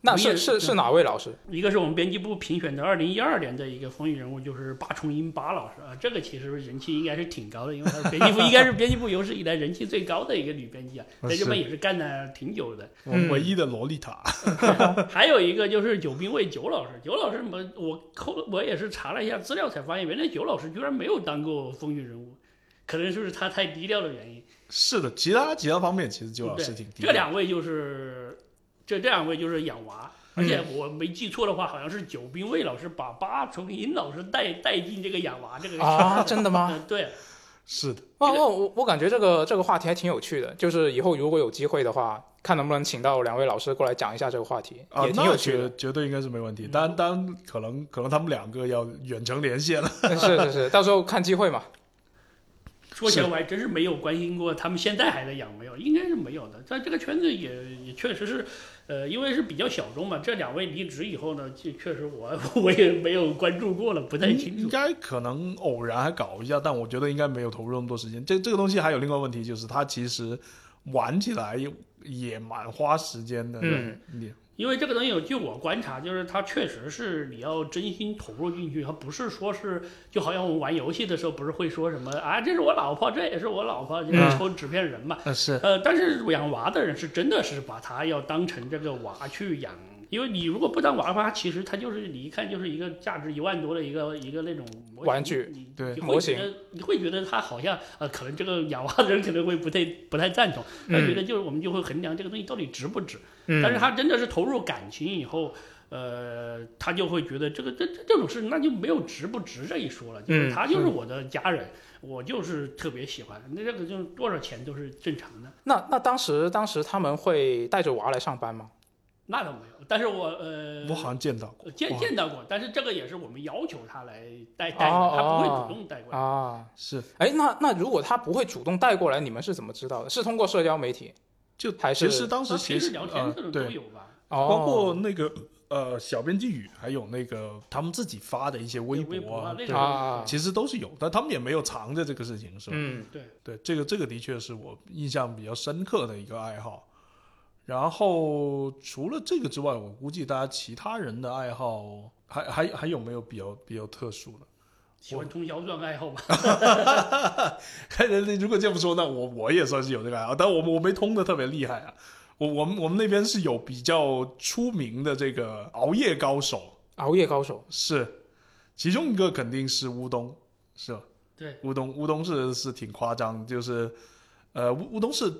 [SPEAKER 2] 那
[SPEAKER 1] 我也
[SPEAKER 2] 是是
[SPEAKER 1] 是
[SPEAKER 2] 是哪位老师？
[SPEAKER 1] 一个是我们编辑部评选的二零一二年的一个风云人物，就是八重樱八老师啊，这个其实人气应该是挺高的，因为她是编辑部应该是编辑部有史以来人气最高的一个女编 辑啊，
[SPEAKER 4] 啊
[SPEAKER 1] 在日本
[SPEAKER 4] 是
[SPEAKER 1] 也是干了挺久的。
[SPEAKER 4] 我
[SPEAKER 2] 嗯
[SPEAKER 4] 们唯一的洛丽塔。
[SPEAKER 1] 还有一个就是九兵卫九老师，九老师我我后我也是查了一下资料才发现，原来九老师居然没有当过风云人物，可能就是他太低调的原因。
[SPEAKER 4] 是的，其他其他方面其实就老师
[SPEAKER 1] 对
[SPEAKER 4] 挺，低
[SPEAKER 1] 这
[SPEAKER 4] 调的。
[SPEAKER 1] 两位就是这这两位就是养娃，
[SPEAKER 2] 嗯
[SPEAKER 1] 而且我没记错的话，好像是九兵卫老师把八重音老师带带进这个养娃这个
[SPEAKER 2] 啊真的吗
[SPEAKER 1] 嗯对，
[SPEAKER 4] 是的，
[SPEAKER 2] 哇哇，我我感觉这个这个话题还挺有趣的，就是以后如果有机会的话，看能不能请到两位老师过来讲一下这个话题，
[SPEAKER 4] 啊
[SPEAKER 2] 也，挺有
[SPEAKER 4] 那
[SPEAKER 2] 趣的
[SPEAKER 4] 绝。绝对应该是没问
[SPEAKER 1] 嗯
[SPEAKER 4] 题。当然，当然可能可能他们两个要远程连线了。
[SPEAKER 2] 是是是，到时候看机会嘛。
[SPEAKER 1] 说起来我还真是没有关心过他们现在还在养没有，应该是没有的。但这个圈子也也确实是，呃，因为是比较小众嘛。这两位离职以后呢，确确实我我也没有关注过了，不太
[SPEAKER 4] 应
[SPEAKER 1] 清
[SPEAKER 4] 应
[SPEAKER 1] 楚。
[SPEAKER 4] 该可能偶然还搞一下，但我觉得应该没有投入那么多时间。这这个东西还有另外一个问题，就是它其实玩起来也蛮花时间的。
[SPEAKER 2] 嗯
[SPEAKER 4] 你
[SPEAKER 1] 因为这个东西，据我观察，就是它确实是你要真心投入进去，它不是说是就好像我们玩游戏的时候，不是会说什么啊，这是我老婆，这也是我老婆，就是
[SPEAKER 2] 嗯
[SPEAKER 1] 抽纸片人嘛。
[SPEAKER 4] 呃是
[SPEAKER 1] 呃，但是养娃的人是真的是把他要当成这个娃去养，因为你如果不当娃娃，其实它就是你一看就是一个价值一万多的一个一个那种模型
[SPEAKER 2] 玩具，
[SPEAKER 1] 你
[SPEAKER 4] 对
[SPEAKER 1] 你
[SPEAKER 2] 模
[SPEAKER 1] 会
[SPEAKER 2] 型
[SPEAKER 1] 觉得你会觉得它好像呃，可能这个养娃的人可能会不太不太赞同，他觉得就是我们就会衡量这个东西到底值不值，
[SPEAKER 2] 嗯
[SPEAKER 1] 但是他真的是投入感情以后。呃，他就会觉得这个这这这种事，那就没有值不值这一说了。就是
[SPEAKER 2] 嗯
[SPEAKER 1] 他就是我的家人，我就是特别喜欢，那这个就是多少钱都是正常的。
[SPEAKER 2] 那那当时当时他们会带着娃来上班吗？
[SPEAKER 1] 那倒没有，但是我呃，
[SPEAKER 4] 我好像见到过，
[SPEAKER 1] 呃见
[SPEAKER 4] 哇
[SPEAKER 1] 见到过，但是这个也是我们要求他来带带
[SPEAKER 2] 哦
[SPEAKER 1] 的，他不
[SPEAKER 2] 哦
[SPEAKER 1] 会主动带过来。
[SPEAKER 2] 啊，
[SPEAKER 4] 是
[SPEAKER 2] 哎，那那如果他不会主动带过来，你们是怎么知道的？是通过社交媒体？
[SPEAKER 4] 就
[SPEAKER 2] 还是
[SPEAKER 4] 其实当时
[SPEAKER 1] 他啊
[SPEAKER 4] 其
[SPEAKER 1] 平时
[SPEAKER 4] 实
[SPEAKER 1] 聊天
[SPEAKER 4] 呃
[SPEAKER 1] 这种都
[SPEAKER 4] 对，
[SPEAKER 1] 有吧？
[SPEAKER 2] 哦，
[SPEAKER 4] 包括那个呃小编寄语，还有那个他们自己发的一些
[SPEAKER 1] 有微
[SPEAKER 4] 博
[SPEAKER 1] 博啊，那
[SPEAKER 4] 对
[SPEAKER 1] 种
[SPEAKER 2] 啊
[SPEAKER 4] 其实都是有，但他们也没有藏着这个事情，是吧？
[SPEAKER 2] 嗯
[SPEAKER 1] 对，
[SPEAKER 4] 对，这个这个的确是我印象比较深刻的一个爱好。然后除了这个之外，我估计大家其他人的爱好还还还有没有比较比较特殊的？
[SPEAKER 1] 喜欢通宵算爱好吧？
[SPEAKER 4] 看人，如果这么说，那我我也算是有这个爱好，但我我没通的特别厉害啊。我我们我们那边是有比较出名的这个熬夜高手，
[SPEAKER 2] 熬夜高手
[SPEAKER 4] 是，其中一个肯定是乌冬，是吧？
[SPEAKER 1] 对，
[SPEAKER 4] 乌冬乌冬是是挺夸张，就是，呃，乌乌冬是，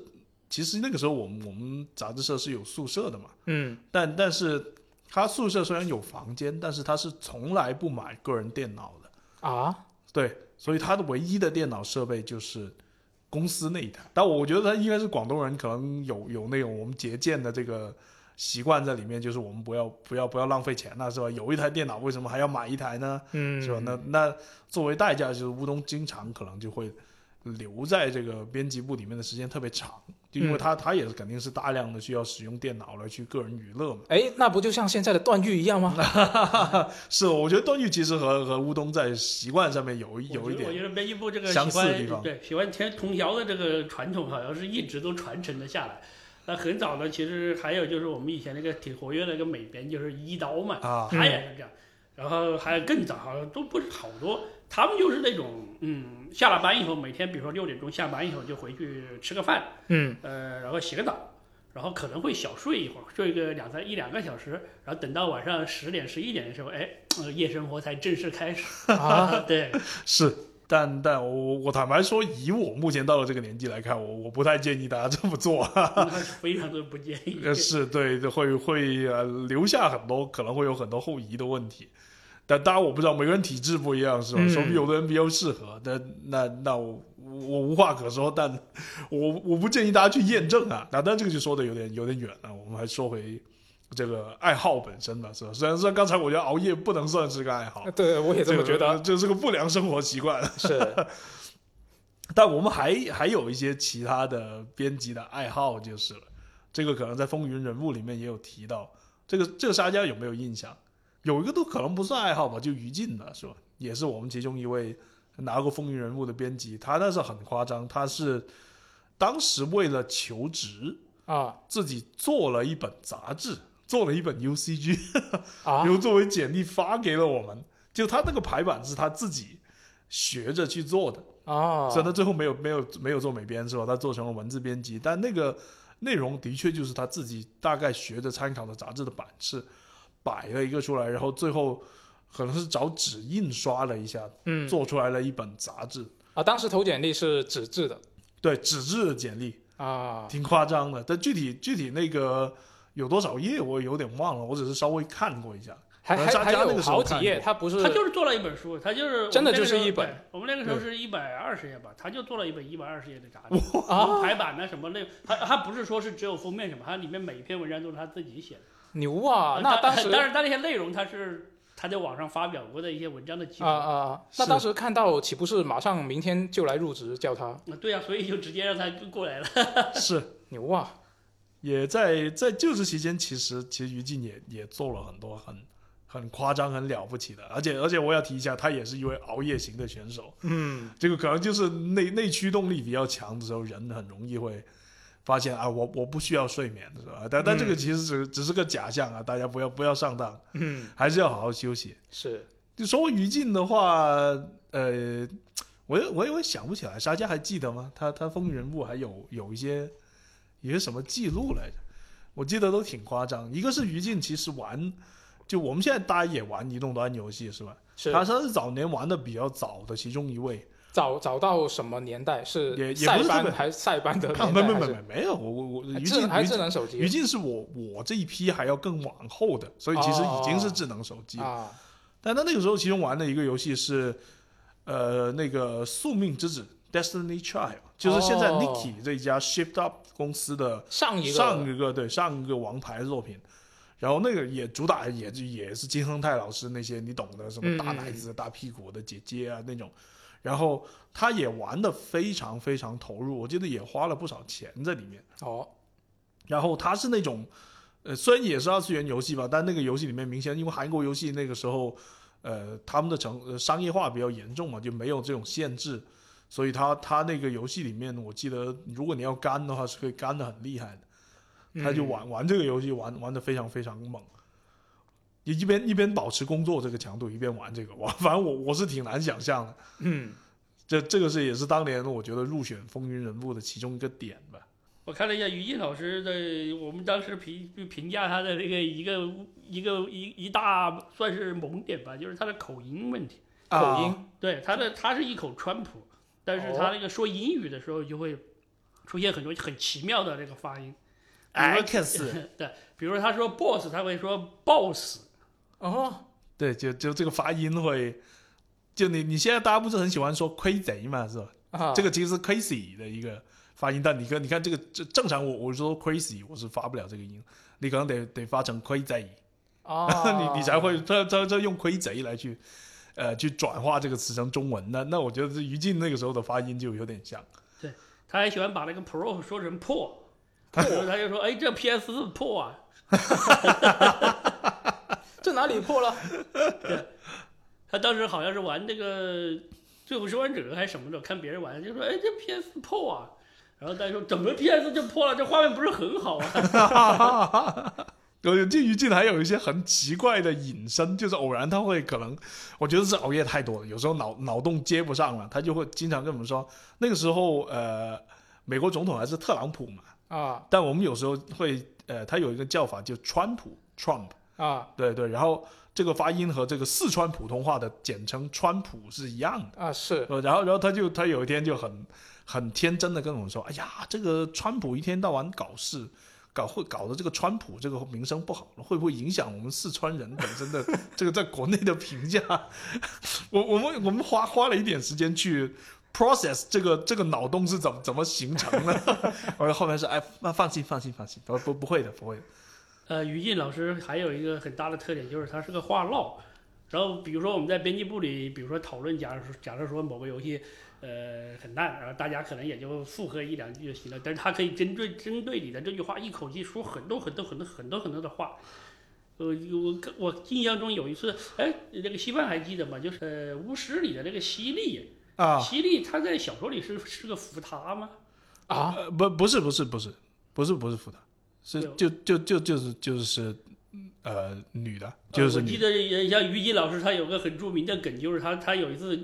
[SPEAKER 4] 其实那个时候我们我们杂志社是有宿舍的嘛，
[SPEAKER 2] 嗯
[SPEAKER 4] 但但是他宿舍虽然有房间，但是他是从来不买个人电脑的，
[SPEAKER 2] 啊
[SPEAKER 4] 对，所以他的唯一的电脑设备就是公司那一台。但我觉得他应该是广东人，可能有有那种我们节俭的这个习惯在里面，就是我们不要不要不要浪费钱呐、是吧？有一台电脑为什么还要买一台呢？
[SPEAKER 2] 嗯
[SPEAKER 4] 是吧？那那作为代价，就是乌冬经常可能就会留在这个编辑部里面的时间特别长，就
[SPEAKER 1] 嗯
[SPEAKER 4] 因为他、他也是肯定是大量的需要使用电脑来去个人娱乐嘛。
[SPEAKER 2] 哎，那不就像现在的段誉一样吗？
[SPEAKER 4] 是，我觉得段誉其实和和乌冬在习惯上面有一有
[SPEAKER 1] 我
[SPEAKER 4] 一
[SPEAKER 1] 觉得我
[SPEAKER 4] 点
[SPEAKER 1] 觉得编辑部这个
[SPEAKER 4] 相
[SPEAKER 1] 喜
[SPEAKER 4] 似的地方
[SPEAKER 1] 欢对喜欢天通宵的这个传统，好像是一直都传承了下来。那很早呢，其实还有就是我们以前那个挺活跃的一个美编，就是一刀嘛，
[SPEAKER 4] 啊，
[SPEAKER 1] 他
[SPEAKER 2] 嗯
[SPEAKER 1] 也是这样。然后还有更早，好像都不是好多，他们就是那种，嗯，下了班以后，每天比如说六点钟下班以后就回去吃个饭，
[SPEAKER 2] 嗯
[SPEAKER 1] 呃，然后洗个澡，然后可能会小睡一会儿，睡个两三一两个小时，然后等到晚上十点十一点的时候，哎、呃夜生活才正式开始。
[SPEAKER 2] 啊，
[SPEAKER 1] 对，
[SPEAKER 4] 是。但但我我坦白说，以我目前到了这个年纪来看，我我不太建议大家这么做，
[SPEAKER 1] 那非常的不建议。
[SPEAKER 4] 呃，是对，会会呃留下很多，可能会有很多后遗的问题。但当然我不知道每个人体质不一样，是吧？
[SPEAKER 2] 嗯
[SPEAKER 4] 说不定有的人比较适合，但那那我我无话可说，但我我不建议大家去验证啊。那但这个就说的有点有点远了，我们还说回这个爱好本身吧，是吧？虽然说刚才我觉得熬夜不能算是个爱好，
[SPEAKER 2] 对，呃我也这么觉
[SPEAKER 4] 这
[SPEAKER 2] 得啊
[SPEAKER 4] 个，这是个不良生活习惯。
[SPEAKER 2] 是
[SPEAKER 4] 但我们还还有一些其他的编辑的爱好就是了，这个可能在《风云人物》里面也有提到。这个这个大家有没有印象？有一个都可能不算爱好吧，就于禁的是吧？也是我们其中一位拿过《风云人物》的编辑，他那是很夸张，他是当时为了求职，
[SPEAKER 2] 啊
[SPEAKER 4] 自己做了一本杂志，做了一本 UCG。
[SPEAKER 2] 啊
[SPEAKER 4] 由作为简历发给了我们。就他那个排版是他自己学着去做的，
[SPEAKER 2] 啊！
[SPEAKER 4] 所以他最后没有没有没有做美编是吧？他做成了文字编辑，但那个内容的确就是他自己大概学着参考的杂志的版式摆了一个出来，然后最后可能是找纸印刷了一下，
[SPEAKER 2] 嗯
[SPEAKER 4] 做出来了一本杂志。
[SPEAKER 2] 啊，当时投简历是纸质的
[SPEAKER 4] 对纸质的简历
[SPEAKER 2] 啊
[SPEAKER 4] 挺夸张的，但具体具体那个有多少页我有点忘了，我只是稍微看过 一下。
[SPEAKER 2] 还
[SPEAKER 4] 可能
[SPEAKER 2] 还
[SPEAKER 4] 沙
[SPEAKER 2] 还
[SPEAKER 4] 加那
[SPEAKER 2] 有
[SPEAKER 4] 个时候
[SPEAKER 2] 好几
[SPEAKER 4] 看
[SPEAKER 2] 页，
[SPEAKER 4] 过
[SPEAKER 2] 它不是
[SPEAKER 1] 他就是做了一本书，他就是
[SPEAKER 2] 真的
[SPEAKER 1] 我们那
[SPEAKER 2] 就
[SPEAKER 1] 个时候
[SPEAKER 2] 是一本嗯
[SPEAKER 1] 对我们那个时候是一百二十页吧，他就做了一本一百二十页的杂志，
[SPEAKER 2] 啊
[SPEAKER 1] 排版呢什么那，他他不是说是只有封面什么，他里面每一篇文章都是他自己写的。
[SPEAKER 2] 牛啊！
[SPEAKER 1] 呃
[SPEAKER 2] 那
[SPEAKER 1] 他
[SPEAKER 2] 当 时
[SPEAKER 1] 当然，他那些内容他是他在网上发表过的一些文章的基础
[SPEAKER 2] 啊。啊，那当时看到岂不是马上明天就来入职叫他
[SPEAKER 1] 呃对呀、所以就直接让他过来了。
[SPEAKER 4] 是，
[SPEAKER 2] 牛啊？
[SPEAKER 4] 也在在就职期间，其实其实于静也也做了很多很很夸张、很了不起的，而且而且我要提一下，他也是一位熬夜型的选手，
[SPEAKER 2] 嗯
[SPEAKER 4] 这个可能就是内内驱动力比较强的时候，人很容易会发现啊，我我不需要睡眠，是吧？啊但但这个其实只、只是个假象啊，大家不要不要上当，
[SPEAKER 2] 嗯，
[SPEAKER 4] 还是要好好休息。
[SPEAKER 2] 是
[SPEAKER 4] 就说回于静的话，呃，我也我也我也想不起来，沙家还记得吗？他他风云人物还有有一些有一些什么记录来着？我记得都挺夸张。一个是于禁，其实玩，就我们现在大家也玩移动端游戏是吧？
[SPEAKER 2] 是
[SPEAKER 4] 他算是早年玩的比较早的其中一位。
[SPEAKER 2] 早早到什么年代？是
[SPEAKER 4] 也也
[SPEAKER 2] 塞
[SPEAKER 4] 不是特
[SPEAKER 2] 班
[SPEAKER 4] 别
[SPEAKER 2] 还是塞班的
[SPEAKER 4] 啊，
[SPEAKER 2] 年代？
[SPEAKER 4] 没没没
[SPEAKER 2] 呃还
[SPEAKER 4] 没
[SPEAKER 2] 是
[SPEAKER 4] 没有，我我我于
[SPEAKER 2] 智
[SPEAKER 4] 禁
[SPEAKER 2] 还
[SPEAKER 4] 于
[SPEAKER 2] 是智
[SPEAKER 4] 禁
[SPEAKER 2] 能手
[SPEAKER 4] 于
[SPEAKER 2] 机
[SPEAKER 4] 禁是我我这一批还要更往后的，所以其实已
[SPEAKER 2] 哦
[SPEAKER 4] 经是智能手机。
[SPEAKER 2] 啊，
[SPEAKER 4] 但他那个时候其中玩的一个游戏是，呃，那个《宿命之子》（Destiny Child），就是现在
[SPEAKER 2] 哦
[SPEAKER 4] Niki 这一家 Shift Up 公司的
[SPEAKER 2] 上一个
[SPEAKER 4] 上一个对上一个王牌作品。然后那个也主打也也是金亨泰老师那些你懂的什么大奶子、大屁股的姐姐啊那种，然后他也玩的非常非常投入，我记得也花了不少钱在里面。
[SPEAKER 2] 哦
[SPEAKER 4] 然后它是那种，呃，虽然也是二次元游戏吧，但那个游戏里面明显因为韩国游戏那个时候，呃，他们的成、呃、商业化比较严重嘛，就没有这种限制，所以它它那个游戏里面，我记得如果你要干的话，是可以干的很厉害的。他
[SPEAKER 2] 嗯
[SPEAKER 4] 就玩、玩这个游戏玩玩的非常非常猛。也一边一边保持工作这个强度，一边玩这个，哇， 反正我我是挺难想象的。
[SPEAKER 2] 嗯，
[SPEAKER 4] 这这个是也是当年我觉得入选风云人物的其中一个点吧。
[SPEAKER 1] 我看了一下于禁老师的，我们当时评评价他的这个一个一个一一大算是萌点吧，就是他的口音问题。
[SPEAKER 2] 口
[SPEAKER 4] 啊
[SPEAKER 2] 音哦
[SPEAKER 1] 对，他的他是一口川普，但是他那个说英语的时候就会出现很多很奇妙的这个发音。比
[SPEAKER 2] 哎
[SPEAKER 1] 如说
[SPEAKER 4] ，X
[SPEAKER 1] 对，比如说他说 boss，他会说 boss，
[SPEAKER 2] 哦
[SPEAKER 4] 对，就就这个发音会，就你你现在大家不是很喜欢说亏贼嘛，是吧？
[SPEAKER 2] 啊，
[SPEAKER 4] 这
[SPEAKER 2] 个
[SPEAKER 4] 个其实是 crazy 的一个发音，但你看你看这个这正常我我说 crazy 我是发不了这个音，你可能得得发成亏贼，，
[SPEAKER 2] 哦
[SPEAKER 4] 你你才会这这这用亏贼来去呃去转化这个词成中文。那那我觉得这于禁那个时候的发音就有点像，
[SPEAKER 1] 他还喜欢把那个 pro 说成破，然后他就说哎这 PS 四破啊，
[SPEAKER 2] 这哪里破了？
[SPEAKER 1] 他当时好像是玩这个《最后生还者》还是什么的，看别人玩就说：“哎，这 PS 破啊！”然后大家说：“怎么 PS 就破了？这画面不是很好啊
[SPEAKER 4] 对，这于禁还有一些很奇怪的引申，就是偶然他会可能，我觉得是熬夜太多了，有时候脑脑洞接不上了，他就会经常跟我们说，那个时候呃，美国总统还是特朗普嘛，
[SPEAKER 2] 啊
[SPEAKER 4] 但我们有时候会呃，他有一个叫法就川普 Trump，
[SPEAKER 2] 啊
[SPEAKER 4] 对对，然后这个发音和这个四川普通话的简称川普是一样的。
[SPEAKER 2] 啊是
[SPEAKER 4] 呃，然后然后他就他有一天就很很天真的跟我们说，哎呀，这个川普一天到晚搞事。搞会搞得这个川普这个名声不好了，会不会影响我们四川人本身的这个在国内的评价？ 我我们我们花花了一点时间去 process 这个这个脑洞是怎么怎么形成的。 而后面是哎，放放心放心放心，不不不会的不会的。！”
[SPEAKER 1] 呃，于禁老师还有一个很大的特点就是他是个话唠。然后比如说我们在编辑部里，比如说讨论，假如说假设说某个游戏，呃，很烂，然后大家可能也就附和一两句就行了。但是他可以针对针对你的这句话，一口气说很多很多很多很多很多的话。呃，我我印象中有一次，哎，那个稀饭还记得吗？就是呃，巫师里的那个犀利，
[SPEAKER 4] 啊，
[SPEAKER 1] 犀利他在小说里是是个伏他吗？
[SPEAKER 2] 啊
[SPEAKER 4] 呃，不不是不是不是不是不是福的，是
[SPEAKER 1] 对
[SPEAKER 4] 就就就就是就是呃女的，
[SPEAKER 1] 呃
[SPEAKER 4] 就是
[SPEAKER 1] 我记
[SPEAKER 4] 女的
[SPEAKER 1] 得也像于禁老师，他有个很著名的梗，就是他他有一次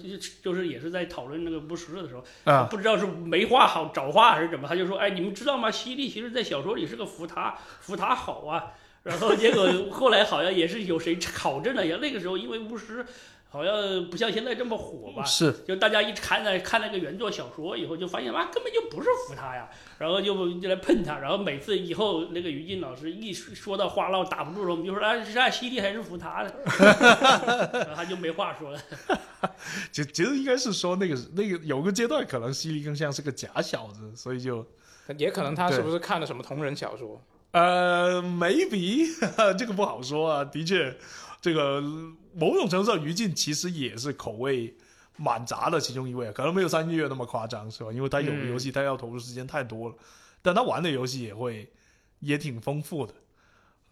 [SPEAKER 1] 就是也是在讨论那个巫师的时候，
[SPEAKER 4] 啊
[SPEAKER 1] 不知道是没话好找话还是怎么，他就说：“哎，你们知道吗？犀利其实在小说里是个伏他，伏他好啊。”然后结果 后来好像也是有谁考证了一下，那个时候因为巫师好像不像现在这么火吧，
[SPEAKER 4] 是
[SPEAKER 1] 就大家一看了看那个原作小说以后，就发现啊根本就不是扶他呀，然后就就来喷他，然后每次以后那个于禁老师一说说到话唠打不住了，我们就说啊是按犀利还是扶 他的，然后他就没话说了。
[SPEAKER 4] 其其实应该是说那个那个有个阶段可能犀利更像是个假小子，所以就
[SPEAKER 2] 也可能他
[SPEAKER 4] 对
[SPEAKER 2] 是不是看了什么同人小说？
[SPEAKER 4] 呃 maybe 这个不好说啊，的确这个某种程度上于禁其实也是口味。蛮杂的其中一位，啊可能没有三月那么夸张，是吧？因为他有的
[SPEAKER 2] 嗯
[SPEAKER 4] 游戏他要投入时间太多了，但他玩的游戏也会也挺丰富的。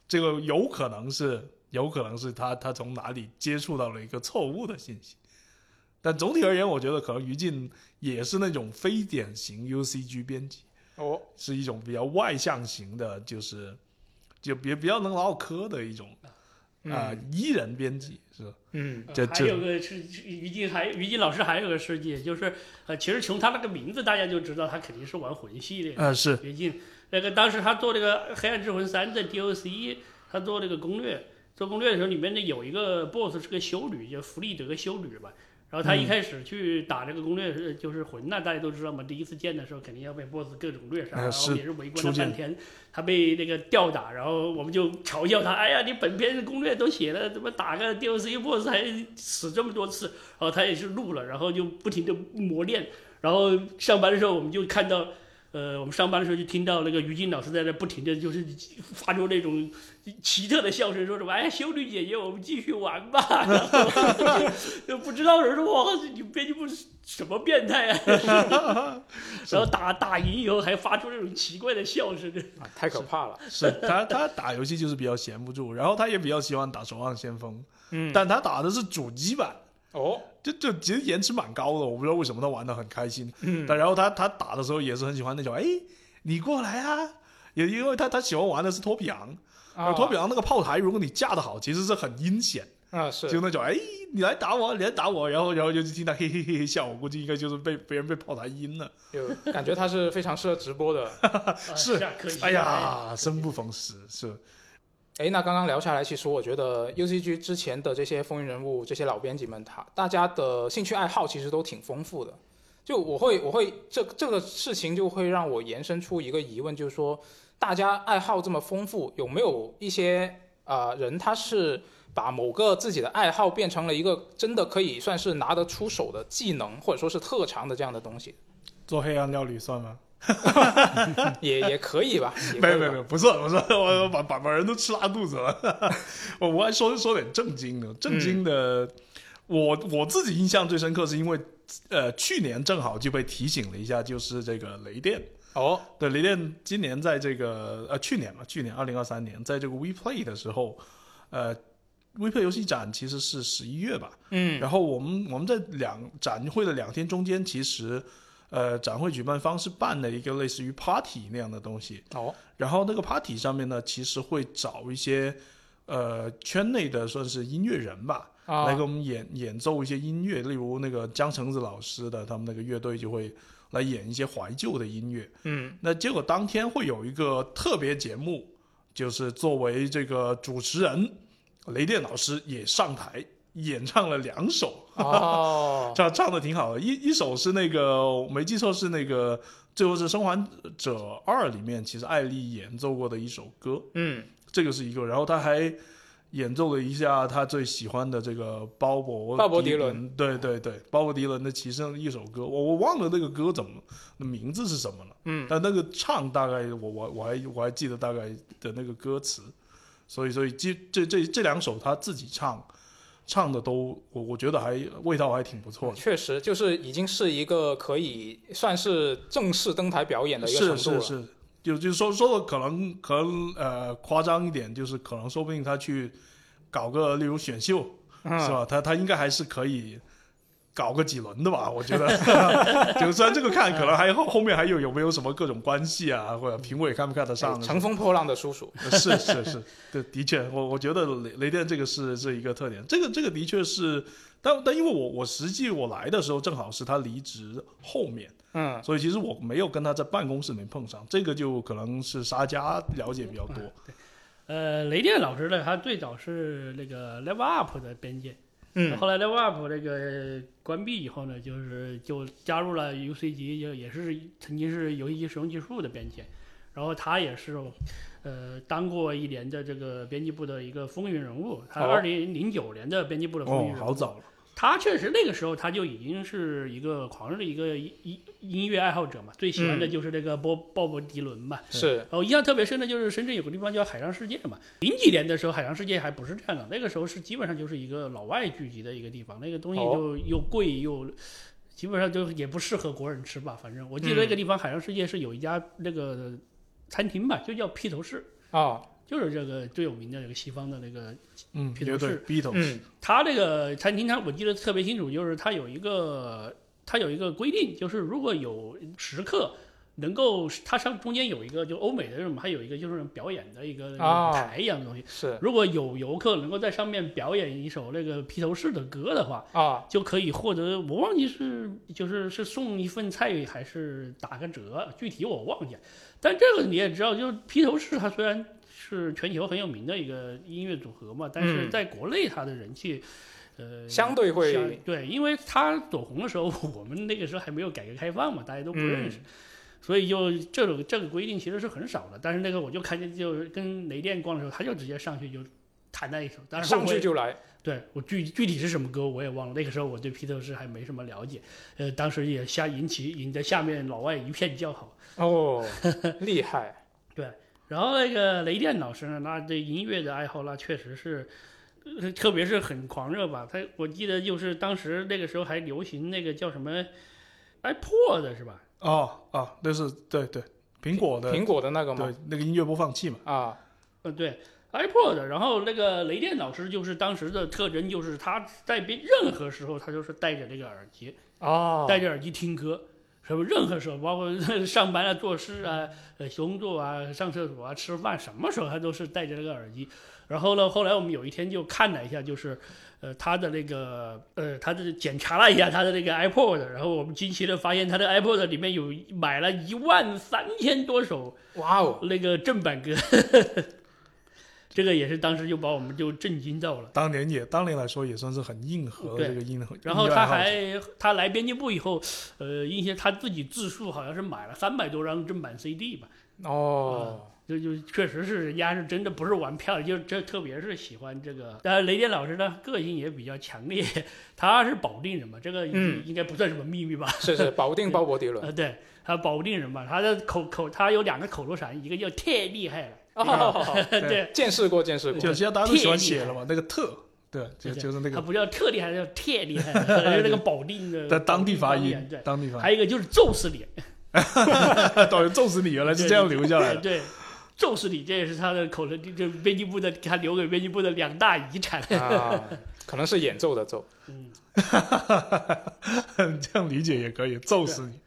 [SPEAKER 4] 这个有可能是有可能是他他从哪里接触到了一个错误的信息。但总体而言，我觉得可能于禁也是那种非典型 UCG 编辑，
[SPEAKER 2] 哦
[SPEAKER 4] 是一种比较外向型的，就是就比比较能唠嗑的一种啊、
[SPEAKER 2] 嗯
[SPEAKER 4] 伊人编辑是吧
[SPEAKER 2] 嗯
[SPEAKER 4] 这
[SPEAKER 1] 还
[SPEAKER 4] 这
[SPEAKER 1] 有个是是于禁还于禁老师还有个事迹，就是呃，其实从他那个名字大家就知道他肯定是玩魂系列的。
[SPEAKER 4] 呃是
[SPEAKER 1] 于禁那个当时他做这个《黑暗之魂三》的 DOC，他做这个攻略，做攻略的时候里面的有一个 BOSS 是个修女，叫弗利德修女吧。然后他一开始去打这个攻略是就是魂呐，大家都知道嘛，第一次见的时候肯定要被 BOSS 各种虐杀，
[SPEAKER 4] 哎
[SPEAKER 1] 然
[SPEAKER 4] 是
[SPEAKER 1] 后也是围观了
[SPEAKER 4] 初见
[SPEAKER 1] 半天，他被那个吊打，然后我们就嘲笑他，哎呀，你本篇攻略都写了，怎么打个 DLC BOSS 还死这么多次？然后他也是录了，然后就不停的磨练，然后上班的时候我们就看到。呃，我们上班的时候就听到那个于静老师在那不停的就是发出那种奇特的笑声，说什么“哎，修女姐姐，我们继续玩吧”， 然后就不知道人说哇，你编辑部是什么变态啊？然后打打赢以后还发出那种奇怪的笑声，
[SPEAKER 2] 啊太可怕了。
[SPEAKER 4] 是他他打游戏就是比较闲不住，然后他也比较喜欢打《守望先锋》，
[SPEAKER 2] 嗯，
[SPEAKER 4] 但他打的是主机版，
[SPEAKER 2] 哦，
[SPEAKER 4] 就就其实延迟蛮高的，我不知道为什么他玩的很开心。
[SPEAKER 2] 嗯
[SPEAKER 4] 但然后他他打的时候也是很喜欢那种，哎，你过来啊，也因为他他喜欢玩的是托比昂，
[SPEAKER 2] 啊
[SPEAKER 4] 托比昂那个炮台，如果你架的好，其实是很阴险，
[SPEAKER 2] 啊是
[SPEAKER 4] 就那种，哎，你来打我，你来打我，然后然后就听他嘿嘿嘿嘿笑，我估计应该就是被别人被炮台阴了。
[SPEAKER 2] 有感觉他是非常适合直播的。
[SPEAKER 1] 啊
[SPEAKER 4] 是
[SPEAKER 1] 啊可以。
[SPEAKER 4] 哎呀，生不逢时是，
[SPEAKER 2] 哎，那刚刚聊下来，其实我觉得 UCG 之前的这些风云人物、这些老编辑们，他大家的兴趣爱好其实都挺丰富的。就我会，我会这这个事情就会让我延伸出一个疑问，就是说，大家爱好这么丰富，有没有一些啊人他是把某个自己的爱好变成了一个真的可以算是拿得出手的技能，或者说是特长的这样的东西，
[SPEAKER 4] 做黑暗料理算吗？
[SPEAKER 2] 嗯也也可以吧？也可以吧
[SPEAKER 4] 没有没有没有，不算不算，我我把把把人都吃拉肚子了。 我我还说说点正经的，正经的，我我自己印象最深刻是因为，呃，去年正好就被提醒了一下，就是这个雷电。
[SPEAKER 2] 哦，
[SPEAKER 4] 对，雷电今年在这个呃去年嘛，去年二零二三年，在这个 WePlay 的时候，呃，WePlay 游戏展其实是十一月吧，
[SPEAKER 2] 嗯
[SPEAKER 4] 然后我们我们在两展会的两天中间，其实呃展会举办方是办了一个类似于 party 那样的东西，
[SPEAKER 2] 哦
[SPEAKER 4] 然后那个 party 上面呢，其实会找一些呃圈内的算是音乐人吧，
[SPEAKER 2] 啊
[SPEAKER 4] 来给我们演演奏一些音乐，例如那个江橙子老师的他们那个乐队就会来演一些怀旧的音乐。
[SPEAKER 2] 嗯
[SPEAKER 4] 那结果当天会有一个特别节目，就是作为这个主持人，雷电老师也上台演唱了两首，
[SPEAKER 2] 哦
[SPEAKER 4] 唱唱的挺好的。一一首是那个我没记错是那个《最后是生还者二》里面，其实艾丽演奏过的一首歌，
[SPEAKER 2] 嗯
[SPEAKER 4] 这个是一个。然后他还演奏了一下他最喜欢的这个鲍勃
[SPEAKER 2] 鲍勃迪伦
[SPEAKER 4] 伦，对对对，鲍勃迪伦的其中一首歌，我我忘了那个歌怎么名字是什么了。
[SPEAKER 2] 嗯
[SPEAKER 4] 但那个唱大概我我我还我还记得大概的那个歌词，所以所以这这这这两首他自己唱唱的都我我觉得还味道还挺不错
[SPEAKER 2] 确实，就是已经是一个可以算是正式登台表演
[SPEAKER 4] 的，
[SPEAKER 2] 的一个
[SPEAKER 4] 是
[SPEAKER 2] 程度了。
[SPEAKER 4] 是是，就就说说的可能可能呃夸张一点，就是可能说不定他去搞个例如选秀、是
[SPEAKER 2] 嗯，
[SPEAKER 4] 吧？他他应该还是可以。搞个几轮的吧，我觉得， 就虽然这个看可能还后后面还有有没有什么各种关系啊，或者评委看不看得上，
[SPEAKER 2] 哎
[SPEAKER 4] 呃
[SPEAKER 2] 乘风破浪的叔叔。
[SPEAKER 4] 是是是，对，的确，我我觉得雷雷电这个是是一个特点，这个这个的确是，但但因为我我实际我来的时候正好是他离职后面，
[SPEAKER 2] 嗯，
[SPEAKER 4] 所以其实我没有跟他在办公室里面碰上，这个就可能是沙家了解比较多，
[SPEAKER 1] 呃，雷电老师呢，他最早是那个 Level Up 的编辑，
[SPEAKER 2] 嗯
[SPEAKER 1] 后来 Level Up 这个关闭以后呢，就是就加入了 UCG，就也是曾经是游戏机使用技术的编辑，然后他也是呃当过一年的这个编辑部的一个风云人物，他
[SPEAKER 2] 哦
[SPEAKER 1] 二零零九年的编辑部
[SPEAKER 2] 嗯
[SPEAKER 1] 的风云
[SPEAKER 4] 哦，
[SPEAKER 1] 人物，
[SPEAKER 4] 好早了，
[SPEAKER 1] 他确实那个时候他就已经是一个狂热的一个音音音乐爱好者嘛，最喜
[SPEAKER 4] 嗯
[SPEAKER 1] 欢的就是这个鲍鲍勃迪伦嘛。
[SPEAKER 2] 是
[SPEAKER 1] 哦然后印象特别深的就是深圳有个地方叫海上世界嘛，零几年的时候海上世界还不是这样的，那个时候是基本上就是一个老外聚集的一个地方，那个东西就又贵又。基本上就也不适合国人吃吧，反正我记得那个地方海上世界是有一家那个餐厅吧，就叫披头士，
[SPEAKER 2] 哦，
[SPEAKER 1] 就是这个最有名的这个西方的那个
[SPEAKER 4] 嗯，
[SPEAKER 1] 披
[SPEAKER 4] 绝
[SPEAKER 1] 头
[SPEAKER 4] 对
[SPEAKER 1] 士
[SPEAKER 4] Beatles，
[SPEAKER 2] 嗯
[SPEAKER 1] 他这个餐厅，他我记得特别清楚，就是他有一个他有一个规定，就是如果有食客能够它上中间有一个就欧美的这种，还有一个就是表演的一个
[SPEAKER 2] 啊
[SPEAKER 1] 舞台一样的东西。
[SPEAKER 2] 是
[SPEAKER 1] 如果有游客能够在上面表演一首那个披头士的歌的话，
[SPEAKER 2] 啊，
[SPEAKER 1] 就可以获得我忘记是就是是送一份菜还是打个折，具体我忘记了。但这个你也知道，就是披头士它虽然是全球很有名的一个音乐组合嘛，但是
[SPEAKER 2] 嗯
[SPEAKER 1] 在国内它的人气，呃，
[SPEAKER 2] 相对会
[SPEAKER 1] 相对，因为它走红的时候，我们那个时候还没有改革开放嘛，大家都不认
[SPEAKER 2] 嗯
[SPEAKER 1] 识。所以就这种这个规定其实是很少的，但是那个我就看见，就是跟雷电逛的时候，他就直接上去就弹那一首，当然
[SPEAKER 2] 上
[SPEAKER 1] 我也
[SPEAKER 2] 去就来，
[SPEAKER 1] 对我具具体是什么歌我也忘了，那个时候我对披头士还没什么了解，呃，当时也下引起引得下面老外一片叫好。
[SPEAKER 2] 哦，厉害，
[SPEAKER 1] 然后那个雷电老师呢，那对音乐的爱好那确实是，呃特别是很狂热吧。他我记得就是当时那个时候还流行那个叫什么 iPod 是吧？
[SPEAKER 4] 哦哦，那是对对，苹果的
[SPEAKER 2] 苹果的那个吗？
[SPEAKER 4] 对那个音乐播放器嘛，
[SPEAKER 2] 啊，
[SPEAKER 1] 嗯，对，iPod。然后那个雷电老师就是当时的特征就是他在别任何时候他就是戴着这个耳机，
[SPEAKER 2] 哦，
[SPEAKER 1] 戴着耳机听歌，什么任何时候， 包括上班啊、做事啊、呃工作啊、上厕所啊、吃饭，什么时候他都是戴着这个耳机。然后呢，后来我们有一天就看了一下，就是，呃，他的那个，呃，他的检查了一下他的那个 iPod，然后我们惊奇的发现他的 iPod 里面有买了一万三千多首
[SPEAKER 2] 哇哦，
[SPEAKER 1] 那个正版歌， 这个也是当时就把我们就震惊到了。
[SPEAKER 4] 当年也当年来说也算是很硬核的
[SPEAKER 1] 对
[SPEAKER 4] 这个硬核。
[SPEAKER 1] 然后
[SPEAKER 4] 音乐
[SPEAKER 1] 他
[SPEAKER 4] 爱好者
[SPEAKER 1] 还他来编辑部以后，呃，一些他自己自述好像是买了三百多张正版 CD 吧，
[SPEAKER 2] 哦，
[SPEAKER 1] 就就确实是人家是真的不是玩票，就这特别是喜欢这个。当然，雷电老师呢个性也比较强烈， 他是保定人嘛，这个
[SPEAKER 2] 嗯
[SPEAKER 1] 应该不算什么秘密吧？
[SPEAKER 4] 嗯
[SPEAKER 2] 是是，保定鲍勃迪 伦，
[SPEAKER 1] 呃， 对，他保定人嘛，他的口口他有两个口头禅，一个叫太厉害了，
[SPEAKER 2] 哦，
[SPEAKER 1] 对。
[SPEAKER 2] 见识过见识过，
[SPEAKER 4] 就现在大家都喜欢写了嘛，那个特，对，
[SPEAKER 1] 对
[SPEAKER 4] 就就是那
[SPEAKER 1] 他
[SPEAKER 4] 个
[SPEAKER 1] 不叫特厉害，叫太厉害了， 就是那个保定的
[SPEAKER 4] 在当地发音
[SPEAKER 1] 保定方言对，，
[SPEAKER 4] 当地发
[SPEAKER 1] 还有一个就是揍死你，
[SPEAKER 4] 音，导游揍死你，原来是这样留下来的。
[SPEAKER 1] 对，重视你，这也是他的口头，这编辑部的，他留给编辑部的两大遗 产。
[SPEAKER 2] 啊，可能是演奏的奏，
[SPEAKER 1] 嗯，
[SPEAKER 4] 这样理解也可以，揍死你。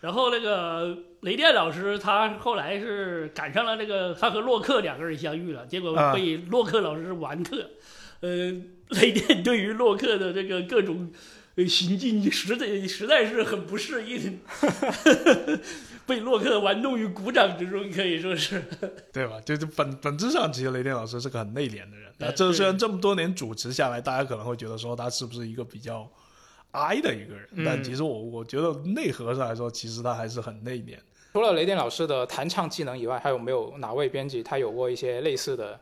[SPEAKER 1] 然后那个雷电老师，他后来是赶上了那个，他和洛克两个人相遇了，结果
[SPEAKER 4] 啊
[SPEAKER 1] 被洛克老师玩特。呃， 雷电对于洛克的这个各种呃行径，实在实在是很不适应， 被洛克玩弄于股掌之中，可以说是。
[SPEAKER 4] 对吧？就是本本质上，其实雷电老师是个很内敛的人。那
[SPEAKER 1] 对
[SPEAKER 4] 这
[SPEAKER 1] 对
[SPEAKER 4] 虽然这么多年主持下来，大家可能会觉得说他是不是一个比较 I 的一个人，
[SPEAKER 2] 嗯
[SPEAKER 4] 但其实我我觉得内核上来说，其实他还是很内敛。
[SPEAKER 2] 除了雷电老师的弹唱技能以外，还有没有哪位编辑他有过一些类似的，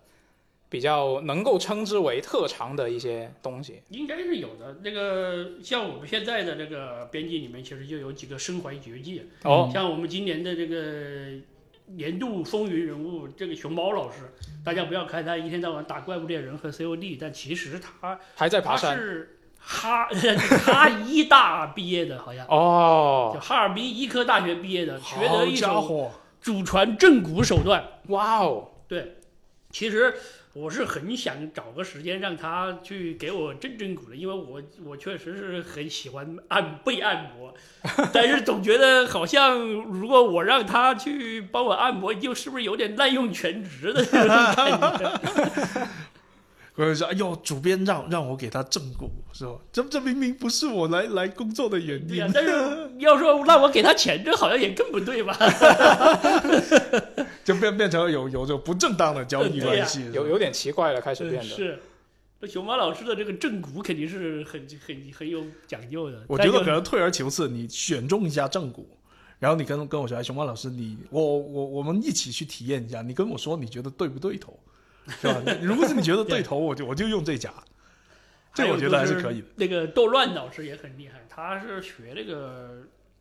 [SPEAKER 2] 比较能够称之为特长的一些东西？
[SPEAKER 1] 应该是有的。那个像我们现在的这个编辑里面，其实就有几个身怀绝技。
[SPEAKER 2] 哦，
[SPEAKER 1] 像我们今年的这个年度风云人物，这个熊猫老师，大家不要看他一天到晚打怪物猎人和 COD，但其实他
[SPEAKER 2] 还在爬
[SPEAKER 1] 他
[SPEAKER 2] 山
[SPEAKER 1] 是哈 哈医大毕业的，好像。
[SPEAKER 2] 哦
[SPEAKER 1] 就，哈尔滨医科大学毕业的，学
[SPEAKER 4] 好
[SPEAKER 1] 得一
[SPEAKER 4] 家
[SPEAKER 1] 手
[SPEAKER 4] 伙，
[SPEAKER 1] 祖传正骨手段，
[SPEAKER 2] 哇哦，
[SPEAKER 1] 对，其实我是很想找个时间让他去给我正正骨的，因为我我确实是很喜欢按被按 摩，但是总觉得好像如果我让他去帮我按摩，就是不是有点滥用全职的那 种感觉？
[SPEAKER 4] 我就说，哎呦，主编让让我给他正骨，是吧？这这明明不是我来来工作的原
[SPEAKER 1] 对
[SPEAKER 4] 因
[SPEAKER 1] 呀、。但是要说让我给他钱，这好像也更不对吧？
[SPEAKER 4] 就变变成了有有这种不正当的交易
[SPEAKER 1] 对呀
[SPEAKER 4] 关系，是吧
[SPEAKER 2] 有有点奇怪了，开始变得。
[SPEAKER 1] 是。那熊猫老师的这个正骨肯定是很很很有讲究的，
[SPEAKER 4] 我觉
[SPEAKER 1] 但
[SPEAKER 4] 得
[SPEAKER 1] 就
[SPEAKER 4] 可能退而求次，你选中一下正骨，然后你跟跟我说，哎，熊猫老师，你我我我们一起去体验一下，你跟我说你觉得对不对头，是吧？ 你如果是你觉得对头，我就我就用这家，这我觉得还是可以的。。
[SPEAKER 1] 那个窦乱老师也很厉害，他是学那个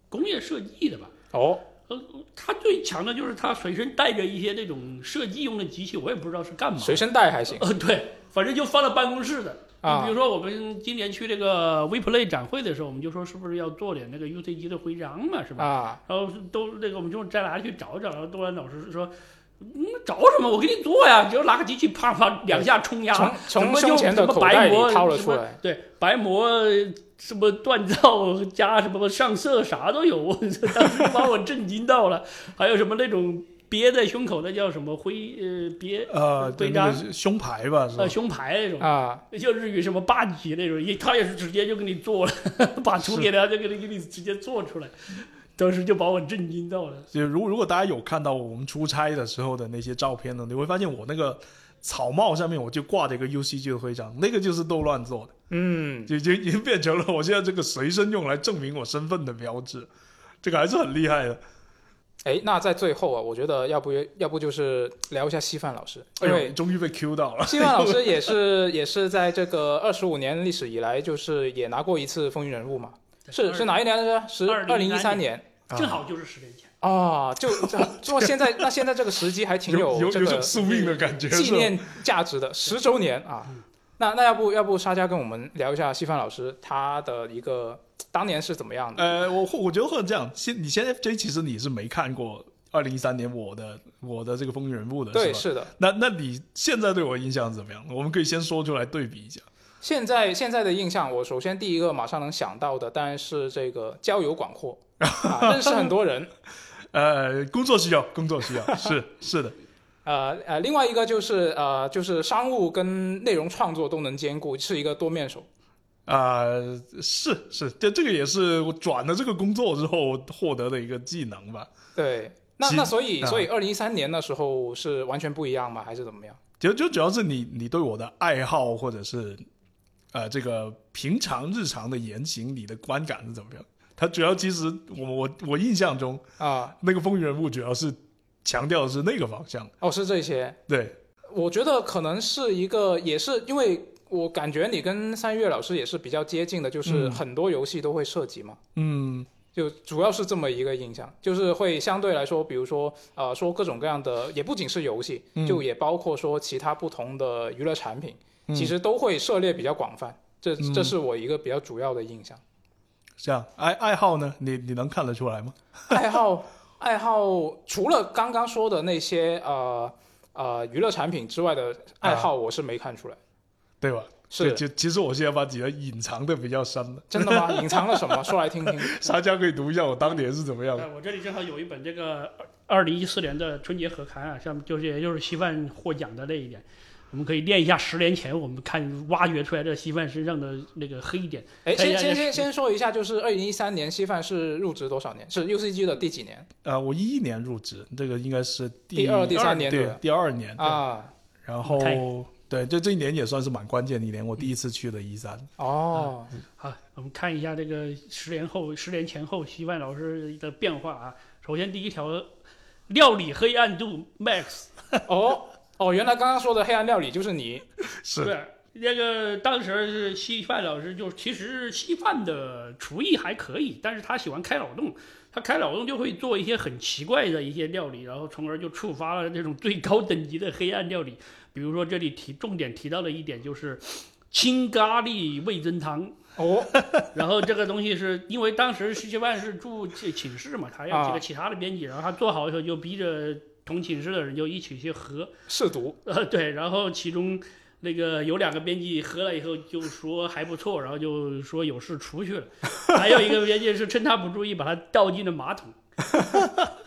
[SPEAKER 1] 工业设计的吧？
[SPEAKER 2] 哦，
[SPEAKER 1] 呃，他最强的就是他随身带着一些那种设计用的机器，我也不知道是干嘛的。
[SPEAKER 2] 嗯随身带还行
[SPEAKER 1] 呃，对，反正就放到办公室的。
[SPEAKER 2] 啊
[SPEAKER 1] 你比如说，我们今年去那个 WePlay 展会的时候，我们就说是不是要做点那个 UCG 的徽章嘛，是吧？
[SPEAKER 2] 啊，
[SPEAKER 1] 然后都那个，我们就在哪里去找一找。然后窦兰老师说：“你、找什么？我给你做呀！”只要拿个机器，啪啪两下冲压，
[SPEAKER 2] 从
[SPEAKER 1] 什
[SPEAKER 2] 从
[SPEAKER 1] 么就
[SPEAKER 2] 胸前的口袋里掏了出
[SPEAKER 1] 什么
[SPEAKER 2] 来。
[SPEAKER 1] 对，白膜什么锻造加什么上色啥都有， 我这当时就把我震惊到了。还有什么那种憋在胸口的叫什么徽呃憋
[SPEAKER 4] 呃，对
[SPEAKER 1] 徽
[SPEAKER 4] 那
[SPEAKER 1] 章
[SPEAKER 4] 个胸牌吧，是吧
[SPEAKER 1] 呃？胸牌那种。
[SPEAKER 2] 啊，
[SPEAKER 1] 就日语什么八级那种，一他也是直接就给你做了， 把图给他就给你给你直接做出来，当时就把我震惊到了。
[SPEAKER 4] 就如如果大家有看到我们出差的时候的那些照片呢，你会发现我那个草帽上面我就挂着一个 UCG 的徽章，那个就是豆乱做的，
[SPEAKER 2] 嗯，
[SPEAKER 4] 就就已经变成了我现在这个随身用来证明我身份的标志，这个还是很厉害的。
[SPEAKER 2] 哎，那在最后啊，我觉得要不要不就是聊一下稀饭老师，
[SPEAKER 4] 哎
[SPEAKER 2] 因
[SPEAKER 4] 呦，
[SPEAKER 2] 为
[SPEAKER 4] 终于被 Q 到 了，
[SPEAKER 2] 希望老师也是 也是在这个二十五年历史以来，就是也拿过一次风云人物嘛。是是哪一年来着？十二零一
[SPEAKER 1] 2013
[SPEAKER 2] 三年
[SPEAKER 1] 正好就是十年前。
[SPEAKER 2] 啊，就做现在 那现在这个时机还挺
[SPEAKER 4] 有有
[SPEAKER 2] 这
[SPEAKER 4] 种
[SPEAKER 2] 个
[SPEAKER 4] 宿命的感觉，
[SPEAKER 2] 纪
[SPEAKER 4] 是吧？嗯
[SPEAKER 2] 念价值的十周年啊。那那要不要不沙家跟我们聊一下西范老师他的一个当年是怎么样的？
[SPEAKER 4] 呃，我我觉得会这样，先你先 FJ，其实你是没看过二零一三年我的我的这个风云人物的，
[SPEAKER 2] 对，
[SPEAKER 4] 呃
[SPEAKER 2] 是
[SPEAKER 4] 是吧？
[SPEAKER 2] 的，
[SPEAKER 4] 那那你现在对我印象怎么样？我们可以先说出来对比一下。
[SPEAKER 2] 现在现在的印象，我首先第一个马上能想到的当然是这个交友广阔，啊、认识很多人。
[SPEAKER 4] 呃，工作需要，工作需要，是是的，
[SPEAKER 2] 呃呃，另外一个就是呃，就是商务跟内容创作都能兼顾，是一个多面手。
[SPEAKER 4] 啊、是是，这这个也是我转了这个工作之后获得的一个技能吧。
[SPEAKER 2] 对，那
[SPEAKER 4] 其
[SPEAKER 2] 那所以
[SPEAKER 4] 啊
[SPEAKER 2] 所以二零一三年那时候是完全不一样吗？还是怎么样？
[SPEAKER 4] 就就主要是你你对我的爱好或者是呃这个平常日常的言行，你的观感是怎么样？它主要其实我我我印象中
[SPEAKER 2] 啊、
[SPEAKER 4] 那个风云人物主要是强调的是那个方向，
[SPEAKER 2] 哦，是这些。
[SPEAKER 4] 对，
[SPEAKER 2] 我觉得可能是一个，也是因为我感觉你跟三月老师也是比较接近的，就是
[SPEAKER 4] 嗯
[SPEAKER 2] 很多游戏都会涉及嘛。
[SPEAKER 4] 嗯，
[SPEAKER 2] 就主要是这么一个印象，就是会相对来说，比如说，呃，说各种各样的，也不仅是游戏，
[SPEAKER 4] 嗯
[SPEAKER 2] 就也包括说其他不同的娱乐产品，
[SPEAKER 4] 嗯
[SPEAKER 2] 其实都会涉猎比较广泛。这
[SPEAKER 4] 嗯
[SPEAKER 2] 这是我一个比较主要的印 象。
[SPEAKER 4] 这样爱爱好呢，你你能看得出来吗？
[SPEAKER 2] 爱好爱好，除了刚刚说的那些呃呃娱乐产品之外的爱好，我是没看出来。
[SPEAKER 4] 啊对吧？
[SPEAKER 2] 是
[SPEAKER 4] 就就其实我现在把几个隐藏的比较深了，
[SPEAKER 2] 真的吗？ 隐藏了什么？说来听听。
[SPEAKER 4] 沙家可以读一下我当年是怎么样的。
[SPEAKER 1] 呃，我这里正好有一本这个二零一四年的春节合刊啊，像就是也就是稀饭获奖的那一点，我们可以练一下十年前我们看挖掘出来的稀饭身上的那个黑点。
[SPEAKER 2] 哎，
[SPEAKER 1] 看一
[SPEAKER 4] 啊
[SPEAKER 2] 先
[SPEAKER 1] 下这
[SPEAKER 2] 先先
[SPEAKER 1] 是
[SPEAKER 2] 先说一下，就是二零一三年稀饭是入职多少年？是 UCG 的第几年
[SPEAKER 4] 呃，我一一年入职，这个应该是第
[SPEAKER 2] 第二第三年对
[SPEAKER 4] 对
[SPEAKER 2] 吧，
[SPEAKER 4] 第二年。
[SPEAKER 2] 啊？
[SPEAKER 4] 然后
[SPEAKER 1] 太
[SPEAKER 4] 对，这这一年也算是蛮关键的一年，我第一次去的一三。
[SPEAKER 2] 哦，
[SPEAKER 1] 好，我们看一下这个十年后、十年前后稀饭老师的变化啊。首先第一条，料理黑暗度 max
[SPEAKER 2] 哦哦，原来刚刚说的黑暗料理就是你
[SPEAKER 4] 是，
[SPEAKER 1] 对，那个当时是稀饭老师，就是其实稀饭的厨艺还可以，但是他喜欢开脑洞，他开脑洞就会做一些很奇怪的一些料理，然后从而就触发了这种最高等级的黑暗料理。比如说这里提重点提到的一点就是青咖喱味增汤，
[SPEAKER 2] 哦，
[SPEAKER 1] 然后这个东西是因为当时实习办是住寝寝室嘛，他要几
[SPEAKER 2] 啊
[SPEAKER 1] 个其他的编辑，然后他做好以后就逼着同寝室的人就一起去喝，
[SPEAKER 2] 试毒
[SPEAKER 1] 呃，对，然后其中那个有两个编辑喝了以后就说还不错，然后就说有事出去了，还有一个编辑是趁他不注意把他倒进了马桶。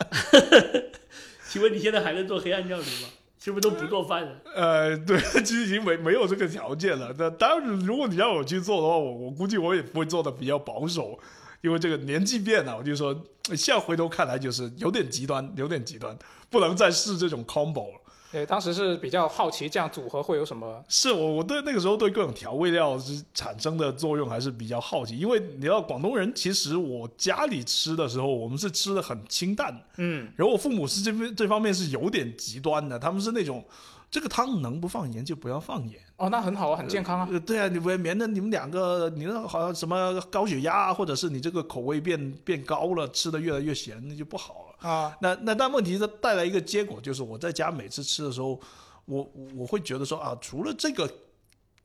[SPEAKER 1] 请问你现在还能做黑暗料理吗？是不是都不做饭了？
[SPEAKER 4] 呃，对，其实已经没没有这个条件了。那当然，如果你让我去做的话，我我估计我也不会做的比较保守，因为这个年纪变了，我就说现在回头看来就是有点极端，有点极端，不能再试这种 combo 了。
[SPEAKER 2] 对，当时是比较好奇这样组合会有什么
[SPEAKER 4] 是我我对那个时候对各种调味料是产生的作用还是比较好奇，因为你知道广东人其实我家里吃的时候，我们是吃的很清淡，
[SPEAKER 2] 嗯，
[SPEAKER 4] 然后我父母是这边这方面是有点极端的，他们是那种这个汤能不放盐就不要放盐。
[SPEAKER 2] 哦，那很好啊，很健康啊。
[SPEAKER 4] 呃，对啊，你免免得你们两个，你那好像什么高血压啊，或者是你这个口味变变高了，吃的越来越咸，那就不好了。
[SPEAKER 2] 啊，
[SPEAKER 4] 那那但问题是带来一个结果，就是我在家每次吃的时候，我我会觉得说啊，除了这个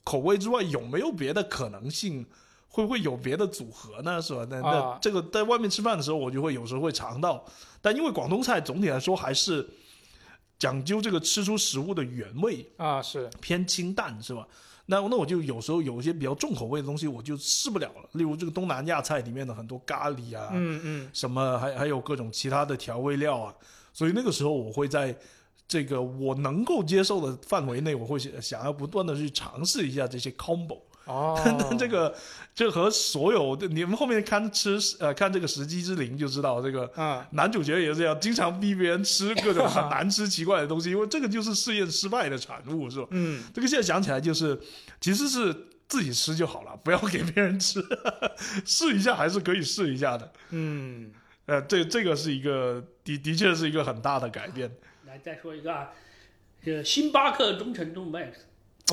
[SPEAKER 4] 口味之外，有没有别的可能性？会不会有别的组合呢？是吧？那那
[SPEAKER 2] 啊
[SPEAKER 4] 这个在外面吃饭的时候，我就会有时候会尝到，但因为广东菜总体来说还是讲究这个吃出食物的原味，
[SPEAKER 2] 啊，是
[SPEAKER 4] 偏清淡是吧？那那我就有时候有一些比较重口味的东西，我就吃不了了。例如这个东南亚菜里面的很多咖喱啊，
[SPEAKER 2] 嗯嗯，
[SPEAKER 4] 什么还还有各种其他的调味料啊，所以那个时候我会在这个我能够接受的范围内，我会想想要不断的去尝试一下这些 combo。
[SPEAKER 2] 哦
[SPEAKER 4] 但， 这个这和所有的你们后面看吃呃看这个《时机之灵》就知道，这个
[SPEAKER 2] 嗯，
[SPEAKER 4] 男主角也是这样，经常逼别人吃各种很难吃奇怪的东西，因为这个就是试验失败的产物，是吧？
[SPEAKER 2] 嗯，
[SPEAKER 4] 这个现在想起来就是，其实是自己吃就好了，不要给别人吃， 试一下还是可以试一下的。
[SPEAKER 2] 嗯，
[SPEAKER 4] 呃，这这个是一个的的确是一个很大的改变。
[SPEAKER 1] 来再说一个啊，这个星巴克忠诚度 max。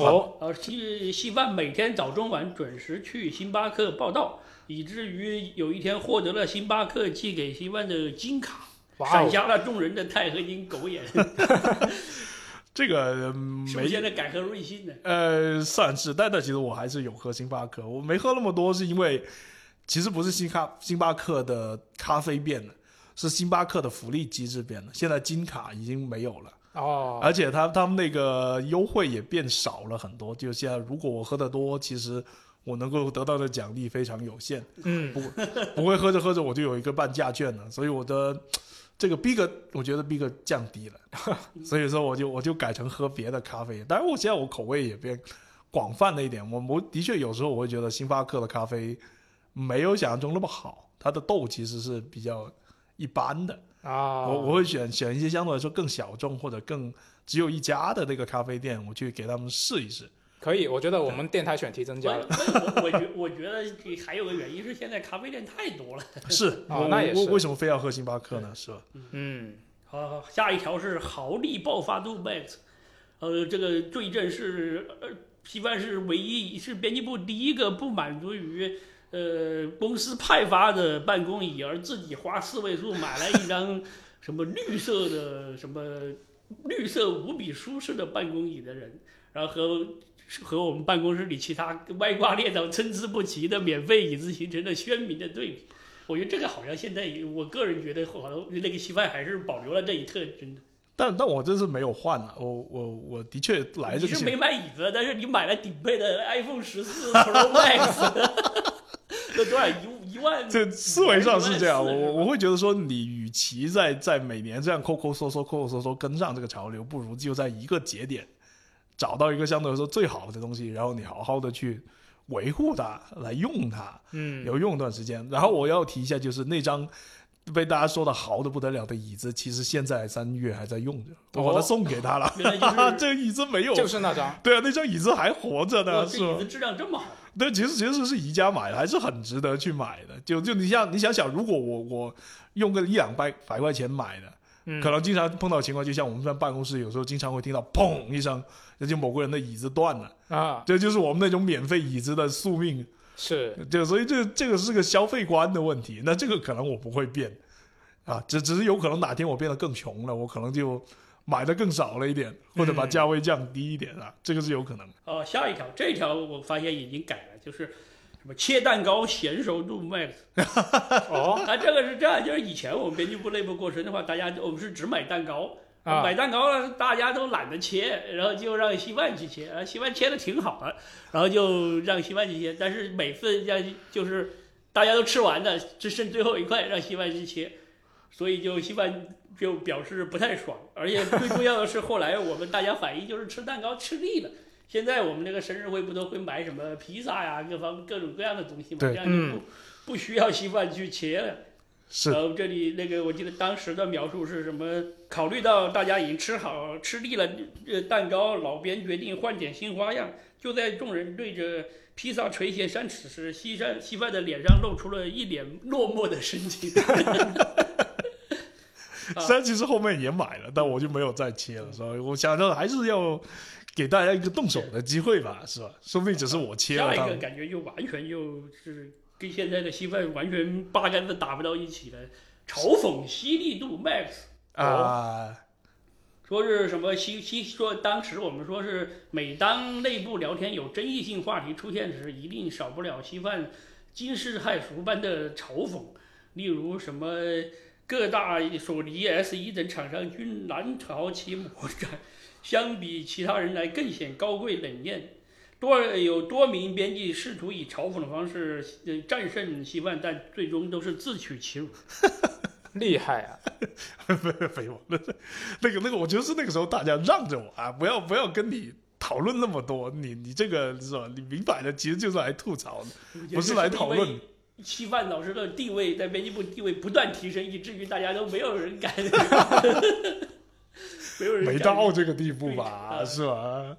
[SPEAKER 4] 啊
[SPEAKER 2] 哦，
[SPEAKER 1] 呃，希希望每天早中晚准时去星巴克报道，以至于有一天获得了星巴克寄给希望的金卡，
[SPEAKER 2] 哇
[SPEAKER 1] 闪
[SPEAKER 2] 哦，
[SPEAKER 1] 瞎了众人的钛合金狗眼，
[SPEAKER 4] 这个、嗯
[SPEAKER 1] 是不是
[SPEAKER 4] 没
[SPEAKER 1] 现在改喝瑞幸呢？
[SPEAKER 4] 呃算是，但但其实我还是有喝星巴克，我没喝那么多是因为其实不是星巴星巴克的咖啡变了，是星巴克的福利机制变了，现在金卡已经没有了。
[SPEAKER 2] 哦，
[SPEAKER 4] 而且他他们那个优惠也变少了很多，就现在如果我喝的多，其实我能够得到的奖励非常有限，
[SPEAKER 2] 嗯，
[SPEAKER 4] 不会喝着喝着我就有一个半价券了，所以我的这个逼格，我觉得逼格降低了， 所以说我就我就改成喝别的咖啡，当然我现在我口味也变广泛了一点，我我的确有时候我会觉得星巴克的咖啡没有想象中那么好，它的豆其实是比较一般的。
[SPEAKER 2] 啊，
[SPEAKER 4] 我我会选选一些相对来说更小众或者更只有一家的那个咖啡店，我去给他们试一 试。
[SPEAKER 2] 可以，我觉得我们电台选题增
[SPEAKER 1] 我
[SPEAKER 2] 加了，
[SPEAKER 1] 我我觉我觉得这还有个原因是现在咖啡店太多了。
[SPEAKER 4] 是，
[SPEAKER 2] 哦
[SPEAKER 4] 我
[SPEAKER 2] 那也
[SPEAKER 4] 我
[SPEAKER 2] 是
[SPEAKER 4] 为什么非要喝星巴克呢？是吧？
[SPEAKER 2] 嗯，
[SPEAKER 1] 好好，好下一条是豪力爆发度 max，呃，这个罪证是呃，批判是唯一是编辑部第一个不满足于呃公司派发的办公椅，而自己花四位数买来一张什么绿色的什么绿色无比舒适的办公椅的人，然后和。和我们办公室里其他歪瓜裂枣、参差不齐的免费椅子形成了鲜明的对比。我觉得这个好像现在，我个人觉得好像那个稀饭还是保留了这一特征的。
[SPEAKER 4] 但但我这是没有换啊，我我我的确来这
[SPEAKER 1] 你
[SPEAKER 4] 个
[SPEAKER 1] 是
[SPEAKER 4] 星
[SPEAKER 1] 没买椅子，但是你买了顶配的 iPhone 十四 Pro Max，那多少一一万？
[SPEAKER 4] 这思维上是这样，
[SPEAKER 1] 一万四
[SPEAKER 4] 我我我会觉得说，你与其在在每年这样抠抠搜搜、抠抠搜搜跟上这个潮流，不如就在一个节点找到一个相对来说最好的东西，然后你好好的去维护它、来用它，
[SPEAKER 2] 嗯，
[SPEAKER 4] 有用一段时间。然后我要提一下，就是那张被大家说的豪的不得了的椅子，其实现在三月还在用着，我把它
[SPEAKER 2] 哦
[SPEAKER 4] 送给他了。
[SPEAKER 1] 原来就是
[SPEAKER 4] 哈哈这个椅子没有，
[SPEAKER 2] 就是那张，
[SPEAKER 4] 对啊，那张椅子还活着
[SPEAKER 1] 哇
[SPEAKER 4] 呢，是
[SPEAKER 1] 这椅
[SPEAKER 4] 吧
[SPEAKER 1] 子？质量这么好，
[SPEAKER 4] 对，其实其实是宜家买的，还是很值得去买的。就就你像你想想，如果我我用个一两百百块钱买的，
[SPEAKER 2] 嗯
[SPEAKER 4] 可能经常碰到情况，就像我们在办公室有时候经常会听到砰一声，那就某个人的椅子断了，
[SPEAKER 2] 啊，
[SPEAKER 4] 这就是我们那种免费椅子的宿命。
[SPEAKER 2] 是，
[SPEAKER 4] 就所以这这个是个消费观的问题，那这个可能我不会变啊，只只是有可能哪天我变得更穷了，我可能就买的更少了一点，或者把
[SPEAKER 2] 嗯
[SPEAKER 4] 价位降低一点啊，这个是有可能的。
[SPEAKER 1] 哦，下一条，这条我发现已经改了，就是什么切蛋糕娴熟度 max。
[SPEAKER 2] 哦，
[SPEAKER 1] 啊，这个是这样，就是以前我们编辑部内部过生的话，大家我们是只买蛋糕，
[SPEAKER 2] 啊
[SPEAKER 1] 买蛋糕了大家都懒得切，然后就让希万去切，然后希万切的挺好的，然后就让希万去切，但是每次让就是大家都吃完了，只剩最后一块让希万去切，所以就希万就表示不太爽，而且最重要的是后来我们大家反映就是吃蛋糕吃腻了。现在我们这个生日会不都会买什么披萨呀，各方各种各样的东西嘛，这
[SPEAKER 4] 对
[SPEAKER 1] 样就不、
[SPEAKER 2] 嗯
[SPEAKER 1] 不需要稀饭去切了。
[SPEAKER 4] 是
[SPEAKER 1] 然后这里那个，我记得当时的描述是什么？考虑到大家已经吃好吃腻了这蛋糕，老编决定换点新花样。就在众人对着披萨垂涎三尺时，西山稀饭的脸上露出了一脸落寞的神情。啊嗯
[SPEAKER 4] 虽然其实后面也买了，但我就没有再切了，所以我想着还是要给大家一个动手的机会吧，是吧？说不定只是我切
[SPEAKER 1] 下
[SPEAKER 4] 了
[SPEAKER 1] 一
[SPEAKER 4] 他
[SPEAKER 1] 个
[SPEAKER 4] 们。
[SPEAKER 1] 感觉就完全就是跟现在的稀饭完全八竿子打不到一起了，嘲讽犀利度 max。哦
[SPEAKER 4] 啊，
[SPEAKER 1] 说是什么西西说，当时我们说是每当内部聊天有争议性话题出现时，一定少不了稀饭惊世骇俗般的嘲讽，例如什么各大索尼、S 一等厂商均难逃其魔掌，相比其他人来更显高贵冷艳。多有多名编辑试图以嘲讽的方式呃战胜希望，但最终都是自取其辱。
[SPEAKER 2] 厉害 啊！
[SPEAKER 4] 没有， 那那个那个，我觉得是那个时候大家让着我啊，不要不要跟你讨论那么多，你你这个是吧？你明摆着其实就是来吐槽的，不是来讨论。
[SPEAKER 1] 稀饭老师的地位在编辑部地位不断提升，以至于大家都没有人 敢，没有人敢
[SPEAKER 4] 没到这个地步吧，
[SPEAKER 1] 对
[SPEAKER 4] 是吧？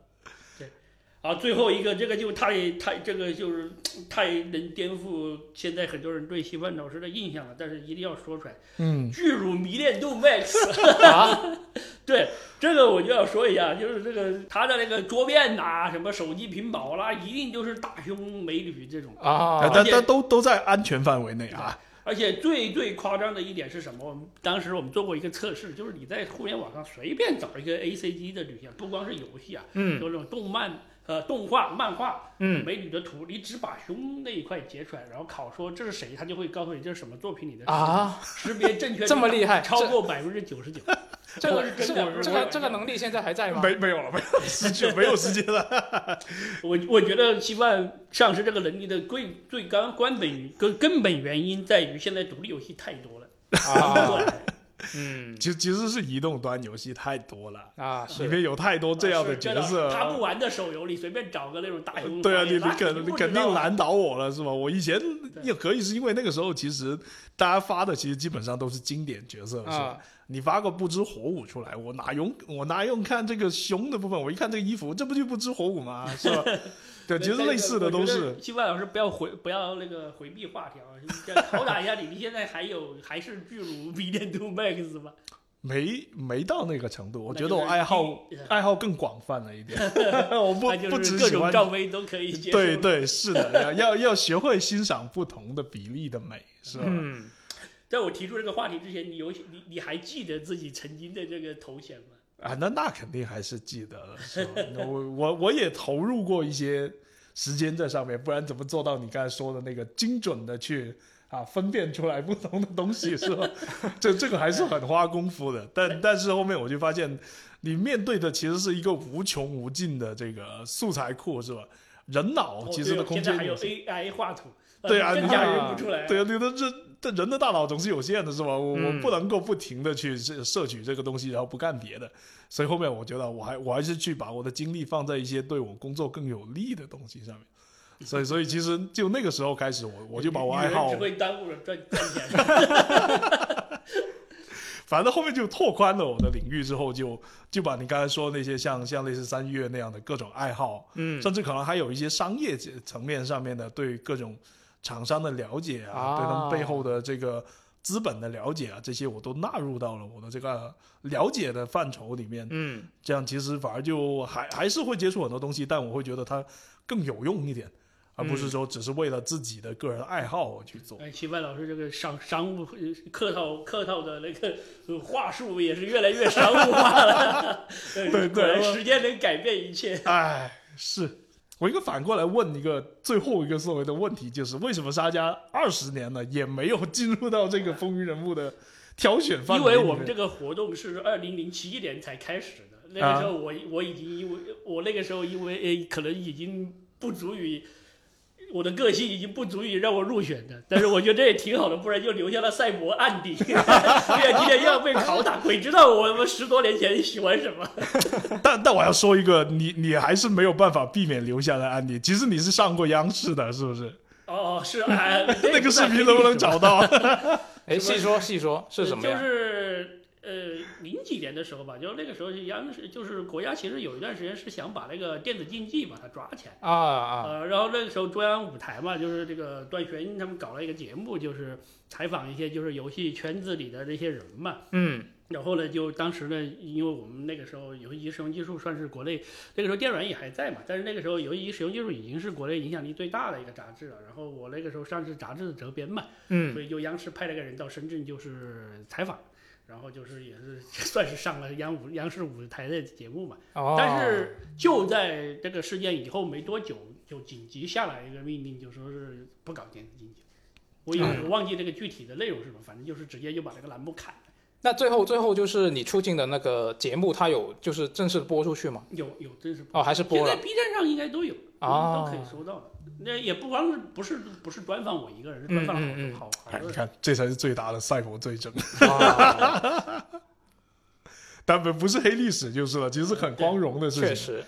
[SPEAKER 1] 啊，最后一个这个就太太这个就是太能颠覆现在很多人对稀饭老师的印象了，但是一定要说出来。
[SPEAKER 4] 嗯，
[SPEAKER 1] 巨乳迷恋动 Max，
[SPEAKER 2] 啊，
[SPEAKER 1] 对这个我就要说一下，就是这个他的那个桌面呐、什么手机屏保啦，一定就是大胸美女这种。
[SPEAKER 4] 啊
[SPEAKER 2] 啊，
[SPEAKER 4] 但
[SPEAKER 1] 且
[SPEAKER 4] 但都都在安全范围内啊。
[SPEAKER 1] 而且最最夸张的一点是什么？我们当时我们做过一个测试，就是你在互联网上随便找一个 ACG 的女性，不光是游戏啊，
[SPEAKER 2] 嗯
[SPEAKER 1] 有那种动漫、呃动画、漫画
[SPEAKER 2] 嗯，
[SPEAKER 1] 美女的图，你只把胸那一块截出来，然后考说这是谁，他就会告诉你这是什么作品里的，
[SPEAKER 2] 啊，
[SPEAKER 1] 识别正确率
[SPEAKER 2] 这么厉害
[SPEAKER 1] 超过百分之九十九。
[SPEAKER 2] 这
[SPEAKER 1] 个
[SPEAKER 2] 个
[SPEAKER 1] 是
[SPEAKER 2] 这
[SPEAKER 1] 真的
[SPEAKER 2] 个这
[SPEAKER 1] 我
[SPEAKER 2] 个这个能力现在还在吗？
[SPEAKER 4] 没没有了，没有时间，没有时间了。
[SPEAKER 1] 我我觉得希望丧失这个能力的最最高关本根根本原因在于现在独立游戏太多了，
[SPEAKER 2] 啊，嗯
[SPEAKER 4] 其实其实是移动端游戏太多了，
[SPEAKER 2] 啊，
[SPEAKER 4] 里
[SPEAKER 2] 是
[SPEAKER 4] 面有太多这样的角色。啊
[SPEAKER 1] 他不呃玩的手游，你随便找个那种大胸，
[SPEAKER 4] 对啊，你你
[SPEAKER 1] 拦
[SPEAKER 4] 肯你
[SPEAKER 1] 不知
[SPEAKER 4] 肯
[SPEAKER 1] 道
[SPEAKER 4] 定
[SPEAKER 1] 啊
[SPEAKER 4] 难倒我了是吧？我以前也可以，是因为那个时候其实大家发的其实基本上都是经典角色，是吧
[SPEAKER 2] 啊？
[SPEAKER 4] 你发个不知火舞出来，我哪用我哪用看这个胸的部分？我一看这个衣服，这不就不知火舞吗？是 吧？对，其实类似的都是。。
[SPEAKER 1] 希望老师不要回，不要那个回避话题啊！这拷打一下你，你现在还有还是巨乳迷恋度 max 吗？
[SPEAKER 4] 没没到那个程度， 我
[SPEAKER 1] 那
[SPEAKER 4] 觉得
[SPEAKER 1] 就是
[SPEAKER 4] 我爱好
[SPEAKER 1] 第一呃
[SPEAKER 4] 爱好更广泛了 一点，我不
[SPEAKER 1] 那就
[SPEAKER 4] 不
[SPEAKER 1] 是
[SPEAKER 4] 只
[SPEAKER 1] 各
[SPEAKER 4] 喜
[SPEAKER 1] 种
[SPEAKER 4] 欢
[SPEAKER 1] 罩杯都可以接受。
[SPEAKER 4] 对，对是的，要要学会欣赏不同的比例的美，是吧？
[SPEAKER 2] 嗯，
[SPEAKER 1] 在我提出这个话题之前，你有你你还记得自己曾经的这个头衔吗？
[SPEAKER 4] 啊，那那肯定还是记得的，是吧？ 那我我我也投入过一些时间在上面，不然怎么做到你刚才说的那个精准的去啊分辨出来不同的东西，是吧？ 这这个还是很花功夫的。但但是后面我就发现，你面对的其实是一个无穷无尽的这个素材库，是吧？人脑
[SPEAKER 1] 哦
[SPEAKER 4] 其实
[SPEAKER 1] 对
[SPEAKER 4] 的
[SPEAKER 1] 哦
[SPEAKER 4] 空
[SPEAKER 1] 现在
[SPEAKER 4] 间
[SPEAKER 1] 还有
[SPEAKER 4] 有限、
[SPEAKER 1] AI 画图，呃
[SPEAKER 4] 对啊
[SPEAKER 1] 更
[SPEAKER 4] 你
[SPEAKER 1] 加
[SPEAKER 2] 看
[SPEAKER 1] 认
[SPEAKER 2] 啊
[SPEAKER 1] 不出来。
[SPEAKER 4] 对啊，你的这这人的大脑总是有限的，是吧？我、
[SPEAKER 2] 嗯
[SPEAKER 4] 我不能够不停的去摄摄取这个东西，然后不干别的。所以后面我觉得我还我还是去把我的精力放在一些对我工作更有利的东西上面。所以所以其实就那个时候开始，我我就把我
[SPEAKER 1] 女
[SPEAKER 4] 爱
[SPEAKER 1] 人
[SPEAKER 4] 好
[SPEAKER 1] 只，会耽误了赚赚钱。
[SPEAKER 4] 反正后面就拓宽了我的领域之后就，就把你刚才说的那些像像类似三月那样的各种爱好，
[SPEAKER 2] 嗯
[SPEAKER 4] 甚至可能还有一些商业层面上面的对各种厂商的了解啊，
[SPEAKER 2] 啊
[SPEAKER 4] 对他们背后的这个资本的了解啊，这些我都纳入到了我的这个了解的范畴里面。
[SPEAKER 2] 嗯
[SPEAKER 4] 这样其实反而就还还是会接触很多东西，但我会觉得它更有用一点，而不是说只是为了自己的个人爱好而去做。
[SPEAKER 1] 哎，奇怪，老师这个商商务呃客套客套的那个呃话术也是越来越商务化了。对
[SPEAKER 4] 对
[SPEAKER 1] 果然
[SPEAKER 4] 我
[SPEAKER 1] 时间能改变一切。
[SPEAKER 4] 哎，是我应该反过来问一个最后一个作为的问题，就是为什么沙家二十年了也没有进入到这个风云人物的挑选范
[SPEAKER 1] 因
[SPEAKER 4] 围里
[SPEAKER 1] 为
[SPEAKER 4] 面？
[SPEAKER 1] 我们这个活动是二零零七年才开始的，那个时候我、我已经因为我那个时候因为呃可能已经不足以。我的个性已经不足以让我入选的，但是我觉得这也挺好的，不然就留下了赛博案底。 对呀，今天又要被拷打，鬼知道我们十多年前喜欢什么。
[SPEAKER 4] 但但我要说一个，你你还是没有办法避免留下的案例。其实你是上过央视的，是不是？
[SPEAKER 1] 哦， 是啊，
[SPEAKER 4] 那个视
[SPEAKER 1] 算
[SPEAKER 4] 频能
[SPEAKER 1] 黑
[SPEAKER 4] 不
[SPEAKER 1] 历
[SPEAKER 4] 能
[SPEAKER 1] 史
[SPEAKER 4] 找到？
[SPEAKER 2] 哎，细说细说是什么
[SPEAKER 1] 就
[SPEAKER 2] 呀？
[SPEAKER 1] 是呃零几年的时候吧，就是那个时候央视就是国家其实有一段时间是想把那个电子竞技把它抓起来。
[SPEAKER 2] 啊啊，
[SPEAKER 1] 呃，然后那个时候中央舞台嘛，就是这个段璇英他们搞了一个节目，就是采访一些就是游戏圈子里的这些人嘛。
[SPEAKER 2] 嗯
[SPEAKER 1] 然后呢，就当时呢，因为我们那个时候游戏使用技术算是国内那个时候电软也还在嘛，但是那个时候游戏使用技术已经是国内影响力最大的一个杂志了。然后我那个时候上是杂志的责编嘛，所
[SPEAKER 2] 嗯
[SPEAKER 1] 以就央视派了个人到深圳，就是采访，然后就是也是 算是上了央舞央视舞台的节目嘛。
[SPEAKER 2] 哦，
[SPEAKER 1] 但是就在这个事件以后没多久，就紧急下来一个命令，就说是
[SPEAKER 2] 嗯
[SPEAKER 1] 不搞电子竞技。我有我忘记这个具体的内容是什么，反正就是直接就把这个栏目砍了。
[SPEAKER 2] 那最后最后就是你出镜的那个节目，它有就是正式播出去吗？
[SPEAKER 1] 有有真是不
[SPEAKER 2] 哦，还是
[SPEAKER 1] 现
[SPEAKER 2] 播
[SPEAKER 1] 在
[SPEAKER 2] 了
[SPEAKER 1] B 站上应该都有
[SPEAKER 2] 啊
[SPEAKER 1] 都可以搜到的。那也不光是不是不是端放我一个人，是端放
[SPEAKER 2] 嗯嗯嗯
[SPEAKER 1] 好好
[SPEAKER 4] 哎，
[SPEAKER 1] 好多
[SPEAKER 4] 你
[SPEAKER 1] 人。
[SPEAKER 4] 看，这才是最大的赛博罪证，
[SPEAKER 2] 啊
[SPEAKER 4] 但不不是黑历史就是了，其实是很光荣的事情。
[SPEAKER 2] 确实，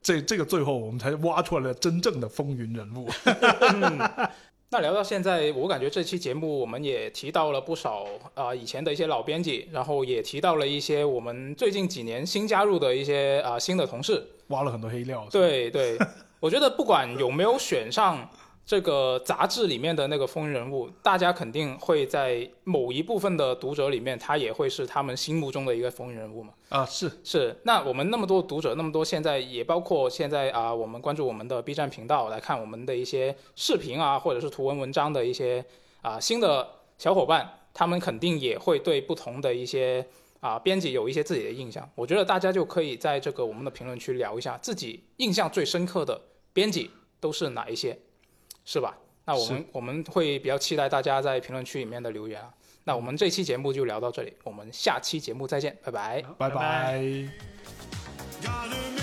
[SPEAKER 4] 这这个最后我们才挖出来了真正的风云人物。
[SPEAKER 2] 那聊到现在，我感觉这期节目我们也提到了不少啊、以前的一些老编辑，然后也提到了一些我们最近几年新加入的一些啊、新的同事。
[SPEAKER 4] 挖了很多黑料。是吧，
[SPEAKER 2] 对对，我觉得不管有没有选上这个杂志里面的那个风云人物，大家肯定会在某一部分的读者里面，他也会是他们心目中的一个风云人物嘛。
[SPEAKER 4] 啊，是
[SPEAKER 2] 是，那我们那么多读者，那么多现在也包括现在啊，我们关注我们的 B 站频道来看我们的一些视频啊，或者是图文文章的一些啊新的小伙伴，他们肯定也会对不同的一些啊编辑有一些自己的印象。我觉得大家就可以在这个我们的评论区聊一下自己印象最深刻的编辑都是哪一些，是吧？那我们我们会比较期待大家在评论区里面的留言啊。那我们这期节目就聊到这里，我们下期节目再见，拜拜。
[SPEAKER 1] 好
[SPEAKER 4] 拜
[SPEAKER 1] 拜。
[SPEAKER 4] 拜
[SPEAKER 3] Gotta